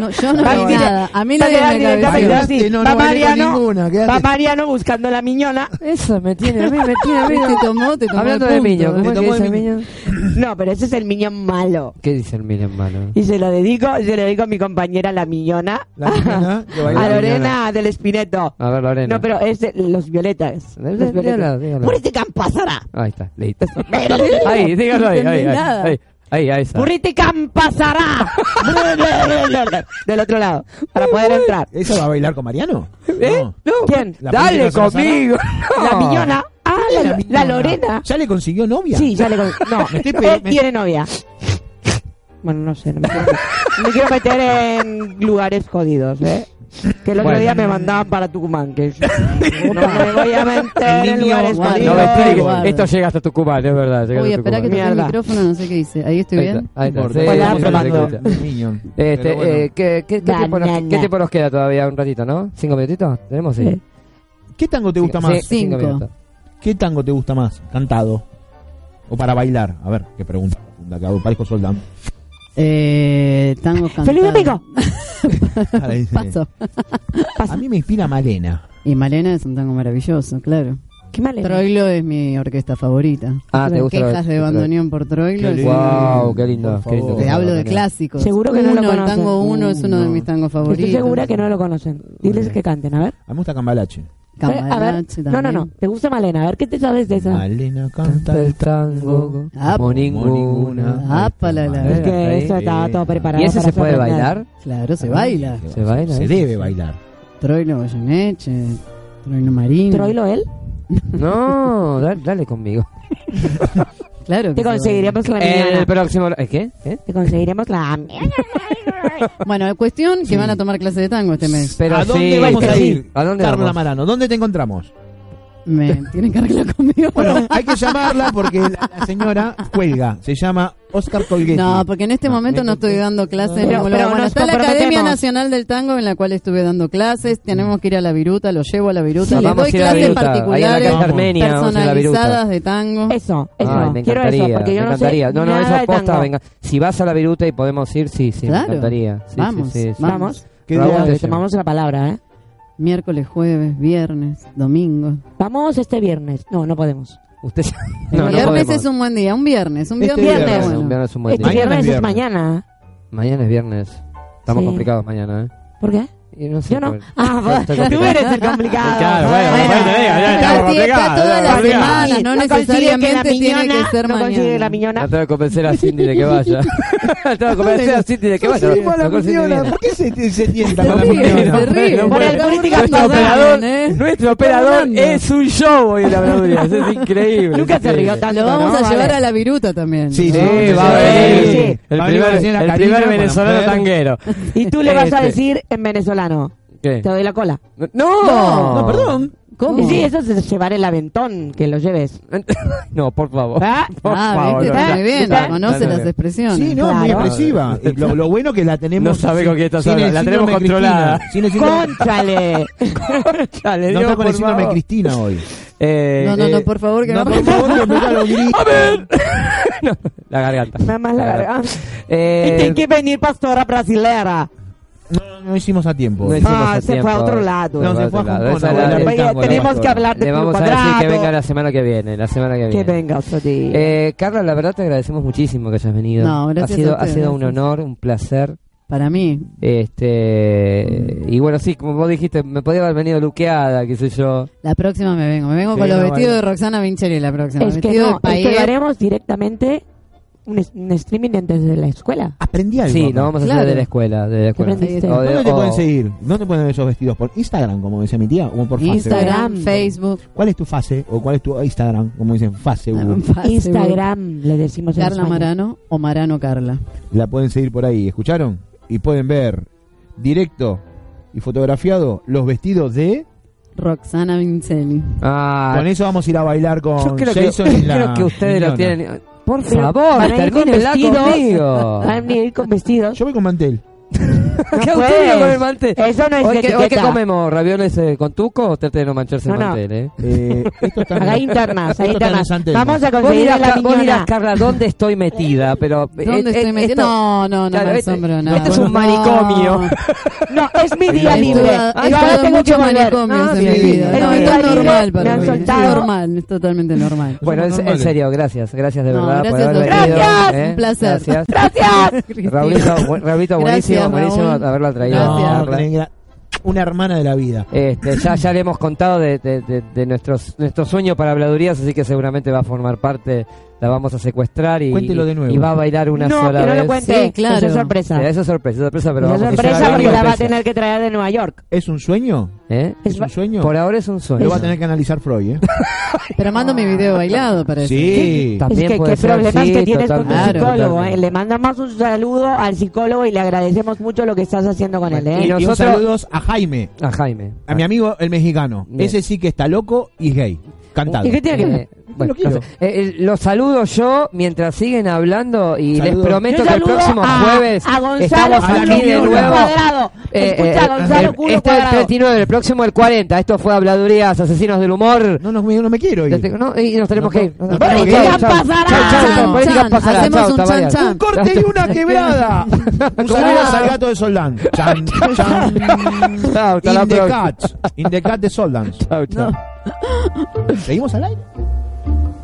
No, yo no
Dale,
veo
tira-
nada. A mí la
Dale, dale,
me
dale, dale.
cabeceó.
Bailaste, no,
Va
no bailé con
Mariano.
ninguna.
Va
Quedaste.
Mariano buscando la miñona.
Eso me tiene a mí, me tiene a mí.
Te tomó, te tomó
Hablando
el
de
punto,
Miño,
¿eh?
¿cómo es que
tomó de
dice
Miño.
Miño?
No, pero ese es el miñón malo.
¿Qué dice el Miño en mano?
Y se lo dedico, se lo dedico a mi compañera la miñona.
La miñona, Ah, que baila
a
la
Lorena
miñona.
del Espineto.
A ver, Lorena.
No, pero es de los violetas.
Dale,
Los
dígalo,
violetas.
dígalo.
Burriti campasara.
Ahí está, listo. ahí, dígalo ahí, ahí, ahí,
nada.
ahí, ahí, ahí está.
Burriti campasara. Del otro lado. Para poder entrar.
¿Esa va a bailar con Mariano? No.
¿Quién?
La
Dale
política sana.
conmigo.
La miñona. Ah, la, la
miñona.
Lorena.
¿Ya le consiguió novia?
Sí, ya le con... No,
Me estoy pe-
él
me-
tiene novia. Bueno, no sé, no me quiero, me quiero meter en lugares jodidos, ¿eh? Que el otro
Bueno.
día me mandaban para Tucumán, que yo- no me voy a meter en
Niño,
lugares
guarda.
No me
Dios.
expliques.
Guarda.
jodidos.
Esto llega hasta Tucumán, es verdad. llega
Uy,
hasta
espera
Tucumán.
que toque el
Mierda.
microfono, no sé qué dice. Ahí estoy
Ahí
bien.
está, ahí está.
Importa.
Sí,
Hola,
sí, sí,
probando.
sí, sí.
Niño.
Este,
Pero bueno.
eh, ¿qué, qué- qué tiempo nos,
Banana.
qué tiempo nos queda todavía? Un ratito, ¿no? ¿Cinco minutitos? ¿Tenemos? Sí.
Sí.
¿Qué tango te gusta
Sí,
más?
sí, cinco
Cinco.
minutos.
¿Qué tango te gusta más? Cantado. O para bailar. A ver, qué pregunta. La que hago, Parezco soldado.
Eh, tango cantado.
¡Feliz domingo!
Ahora dice,
Paso.
A mí me inspira Malena.
Y Malena es un tango maravilloso, claro.
¡Qué mal era.
Troilo es mi orquesta favorita.
Ah,
Las
¿te gusta
Quejas de
Troilo?
bandoneón por Troilo.
Qué
es-
Wow, qué lindo.
Por
qué lindo.
favor.
Te hablo de
Bandoneón.
clásicos.
Seguro que no lo
Uno, el
conocen.
tango uno es uno de
Uno.
mis tangos favoritos.
Estoy segura que no lo conocen. Diles que canten, a ver. Eh,
A mí me gusta Cambalache.
a ver.
Cambalache
No, no, no.
también.
¿Te gusta Malena? A ver, ¿qué te sabes de esa?
Malena
Canta
canta
el tango
Ah,
como
como
ninguna.
Ah, pala, la-
Es que
Ahí.
eso estaba todo preparado.
eh. ¿Y ese
para
se puede
sorprender.
bailar?
Claro, se baila.
Se baila,
Se
¿eh?
debe bailar.
Troilo Goyeneche, Troilo Marino.
¿Troilo él?
No, dale, dale conmigo.
Claro. que
Te
se
conseguiremos la
El
miñona.
próximo... ¿eh, ¿Qué? ¿Eh?
Te conseguiremos la miñona.
baila. Bueno, cuestión que van a tomar clase de tango este mes.
Pero
¿A dónde
sí,
vamos
sí.
a ir?
¿A dónde
Carla
vamos?
Marano, ¿dónde te encontramos?
Me tienen que arreglar conmigo.
Bueno, hay que llamarla porque la, la señora cuelga. Se llama Oscar Colguetti.
No, porque en este momento no estoy dando clases. en
Pero-
ningún
pero
lugar. Bueno,
nos
está la Academia
comprometemos.
Nacional del Tango en la cual estuve dando clases. Tenemos que ir a la viruta, lo llevo a la viruta.
Ah,
Les
Mm. vamos a
doy
ir a la
clases
viruta. Ahí en la
particulares,
calle
Vamos.
Armenia, vamos a ir a la viruta.
personalizadas de tango.
Eso, eso.
Ay, me
Quiero
encantaría,
eso, porque yo
me
no
encantaría.
sé
no, no,
nada
esa
de
posta,
tango.
venga. Si vas a la viruta y podemos ir, sí, sí,
Claro.
me encantaría. Sí,
Vamos,
sí, sí, sí.
vamos.
¿Qué
Raúl,
día
te
es?
Te tomamos la palabra, ¿eh?
Miércoles, jueves, viernes, domingo.
Vamos este viernes. No, no podemos.
Usted no, no
viernes
podemos.
es un buen día, un viernes, un
Este
viernes.
viernes.
está
Un
bueno.
viernes es un buen
Este
día.
Mañana
viernes
es
es
viernes.
mañana.
Mañana es viernes. Estamos
Sí.
complicados mañana, ¿eh?
¿Por qué?
Y no sé
Yo no.
por-
Ah, vos-
Estoy complicado.
tú eres el complicado.
Claro, bueno,
Ah,
bueno,
eh,
venga, ya estamos
Así está
complicados,
toda la
estamos complicados.
semana, no
consigue
necesariamente
que la
tiene que
miñona-
ser
no consigue que
Ya
la
mañana.
miñona.
tengo que convencer a Cindy de que vaya. Ya tengo que convencer a Cindy de que vaya.
Sos igual a
Lo consigo
Miñona.
bien.
¿Por qué se, se tienta con la
Se ríe,
Miñona?
se ríe.
Bueno,
Por el
bueno.
política
Nuestro
pasada,
operador,
¿eh?
nuestro operador
Fernando.
es un show hoy en la Braduria. Es increíble.
Nunca se rió tanto.
Lo vamos
¿no?
a llevar
Vale.
a la viruta también. Ah,
Sí,
Sí, sí,
va a
sí,
venir.
sí.
El
Va a venir
primer,
la señora
el
Karina
primer
con la
venezolano
mujer.
tanguero.
Y tú le vas a
Este.
decir en venezolano.
¿Qué?
Te doy la cola.
¡No!
No, perdón.
Y
Uh.
¿Cómo?
sí, eso es llevar el aventón, que lo lleves.
No, por favor.
¿Ah?
Por
Ah,
favor.
viste, está muy bien,
¿Está?
la conoce
Está muy
las
bien.
expresiones.
Sí, no, muy
Claro.
expresiva. Y Lo, lo bueno que la tenemos.
No sabe con quién estás
sin el
hablando, la tenemos
síndrome
controlada.
Cristina, sin el síndrome-
¡Cónchale!
Chale,
no
Dios,
está con
por
el síndrome
favor.
Cristina hoy.
Eh,
No, no,
eh,
no, por favor, que
No,
no.
por favor, que me da los gritos.
no, la garganta.
Nada más la garganta. Este,
Eh,
Y tiene que venir pastora brasilera.
no, no hicimos a tiempo.
No hicimos
Ah,
a
se
tiempo.
fue a otro lado.
No, se fue a Hong
Esa
Kong,
la-
a
la-
Oye,
tango, la
tenemos
Hong Kong.
que hablar de
Le vamos
Club
a decir que
Cuadrado.
venga la semana que viene, la semana que
Que
viene.
venga otro día.
Eh, Carla, la verdad te agradecemos muchísimo que hayas venido.
No, gracias
ha sido,
a ustedes,
ha sido un
gracias.
honor, un placer.
Para mí,
Este y bueno, sí, como vos dijiste, me podía haber venido luqueada, qué sé yo.
la próxima me vengo. Me vengo
Sí,
con los
no,
vestidos
bueno.
de Roxana Vincheri la próxima.
es que
vestido
no,
de
es que
Paillet.
lo haremos directamente un, es- un streaming desde la escuela.
Aprendí algo.
Sí,
acá.
lo vamos oh. a
Claro.
hacer de la escuela, de la escuela.
aprendiste?
O de-
¿Dónde te
o-
pueden seguir? ¿Dónde pueden ver esos vestidos? ¿Por Instagram, como decía mi tía? ¿O por Facebook?
Instagram,
Facebook.
Facebook,
¿Cuál es tu fase? ¿O cuál es tu Instagram? Como dicen, fase Hugo.
Facebook,
Instagram, le decimos en
Ah, Carla
España.
Marano o Marano Carla.
La pueden seguir por ahí, ¿escucharon? Y pueden ver directo y fotografiado los vestidos de...
Roxana Vincenzi.
Ah,
Con eso vamos a ir a bailar con
yo creo que,
Jason y la
creo que ustedes
Miñona.
lo tienen. eh, Por
Pero
favor,
van a ir con
termínenla
vestidos.
conmigo.
Van a ir con vestidos.
Yo voy con mantel.
¿Qué
No
ustedes
puedes.
con el mantel?
Eso no es
Hoy que, hoy que
etiqueta.
comemos ravioles eh, con tuco o trate de no mancharse el
No, no.
mantel, eh.
Eh, esto está en-
Haga internas, haga
esto está en
internas.
San Telmo.
Vamos a
Vos
conseguir
dirás,
a la
Ca- vos dirás,
miñona.
Carla, ¿dónde estoy metida? Pero, eh,
¿Dónde
eh,
estoy metiendo?
esto-
No, no, no
Claro,
me
este-
asombro. No.
este es un
No.
manicomio.
No, es mi día
Ahí
libre. Yo
Estuve- he
ahora
estado
tengo que
mucho
volver.
manicomios
Ah,
en mi
bien.
vida. No,
El
esto es
día libre
normal para
me han
mí. Es
soltado.
normal, es totalmente normal.
Bueno,
Somos
es- en
normales.
serio, gracias, gracias de
No,
verdad por
gracias
haber
a
venido.
ustedes.
eh.
Un placer.
Gracias.
¡Gracias!
Raulito, bu- Raulito, buenísimo,
Gracias,
buenísimo
Raúl.
haberla traído.
No,
Gracias.
Carla.
tenés gra- Una hermana de la vida.
Este, ya, ya le hemos contado de, de- de- de nuestros, nuestro sueño para habladurías, así que seguramente va a formar parte, la vamos a secuestrar y,
Cuéntelo de nuevo.
y va a bailar una
no,
sola
que no
vez.
lo cuente.
Sí, claro.
Eso es
Sí,
sorpresa.
eso es sorpresa, sorpresa, pero
Esa
vamos a
sorpresa
llevar
porque
algo
la va a
especial.
tener que traer de Nueva York.
¿Es un sueño?
¿Eh?
¿Es un sueño?
Por ahora es un sueño.
Lo va a tener que analizar Freud, ¿eh?
Pero mando mi video bailado para eso.
Sí.
También
es que
puede
qué
ser,
problemas
sí,
que tienes con tu
totalmente,
psicólogo.
totalmente.
eh. Le mandamos un saludo al psicólogo y le agradecemos mucho lo que estás haciendo con él.
Y,
¿eh?
no-
un
nosotros-
saludos a Jaime,
A Jaime. Ah.
a mi amigo el mexicano.
Bien.
Ese sí que está loco y es gay. Cantado.
¿Y qué tiene que ver?
Eh, bueno,
Lo quiero.
no sé. Eh, eh, los saludo yo mientras siguen hablando y
Saludos.
les prometo
Yo
que el
saludo
próximo
a-
jueves
a Gonzalo
estamos
Culo
aquí de
Culo
nuevo.
Cuadrado. Escucha, Gonzalo
el-
Culo
Eh, este es el
Cuadrado.
39, el próximo el 40. Esto fue Habladurías, Asesinos del Humor.
No, no, me- no me quiero ir.
Desde- no, y nos tenemos
No,
que ir.
no, no,
Chau,
no,
chau,
no,
chau.
pasará.
Chau, chau,
Chan,
política
chan.
pasará.
Hacemos
Chau,
un chan,
Tabarias.
chan.
Un corte y una quebrada. Un saludo al gato de Soldán. Chan, chan.
Chau, hasta la
In the
próxima.
cat. In the cat de Soldán.
Chau, chau.
¿Seguimos al aire?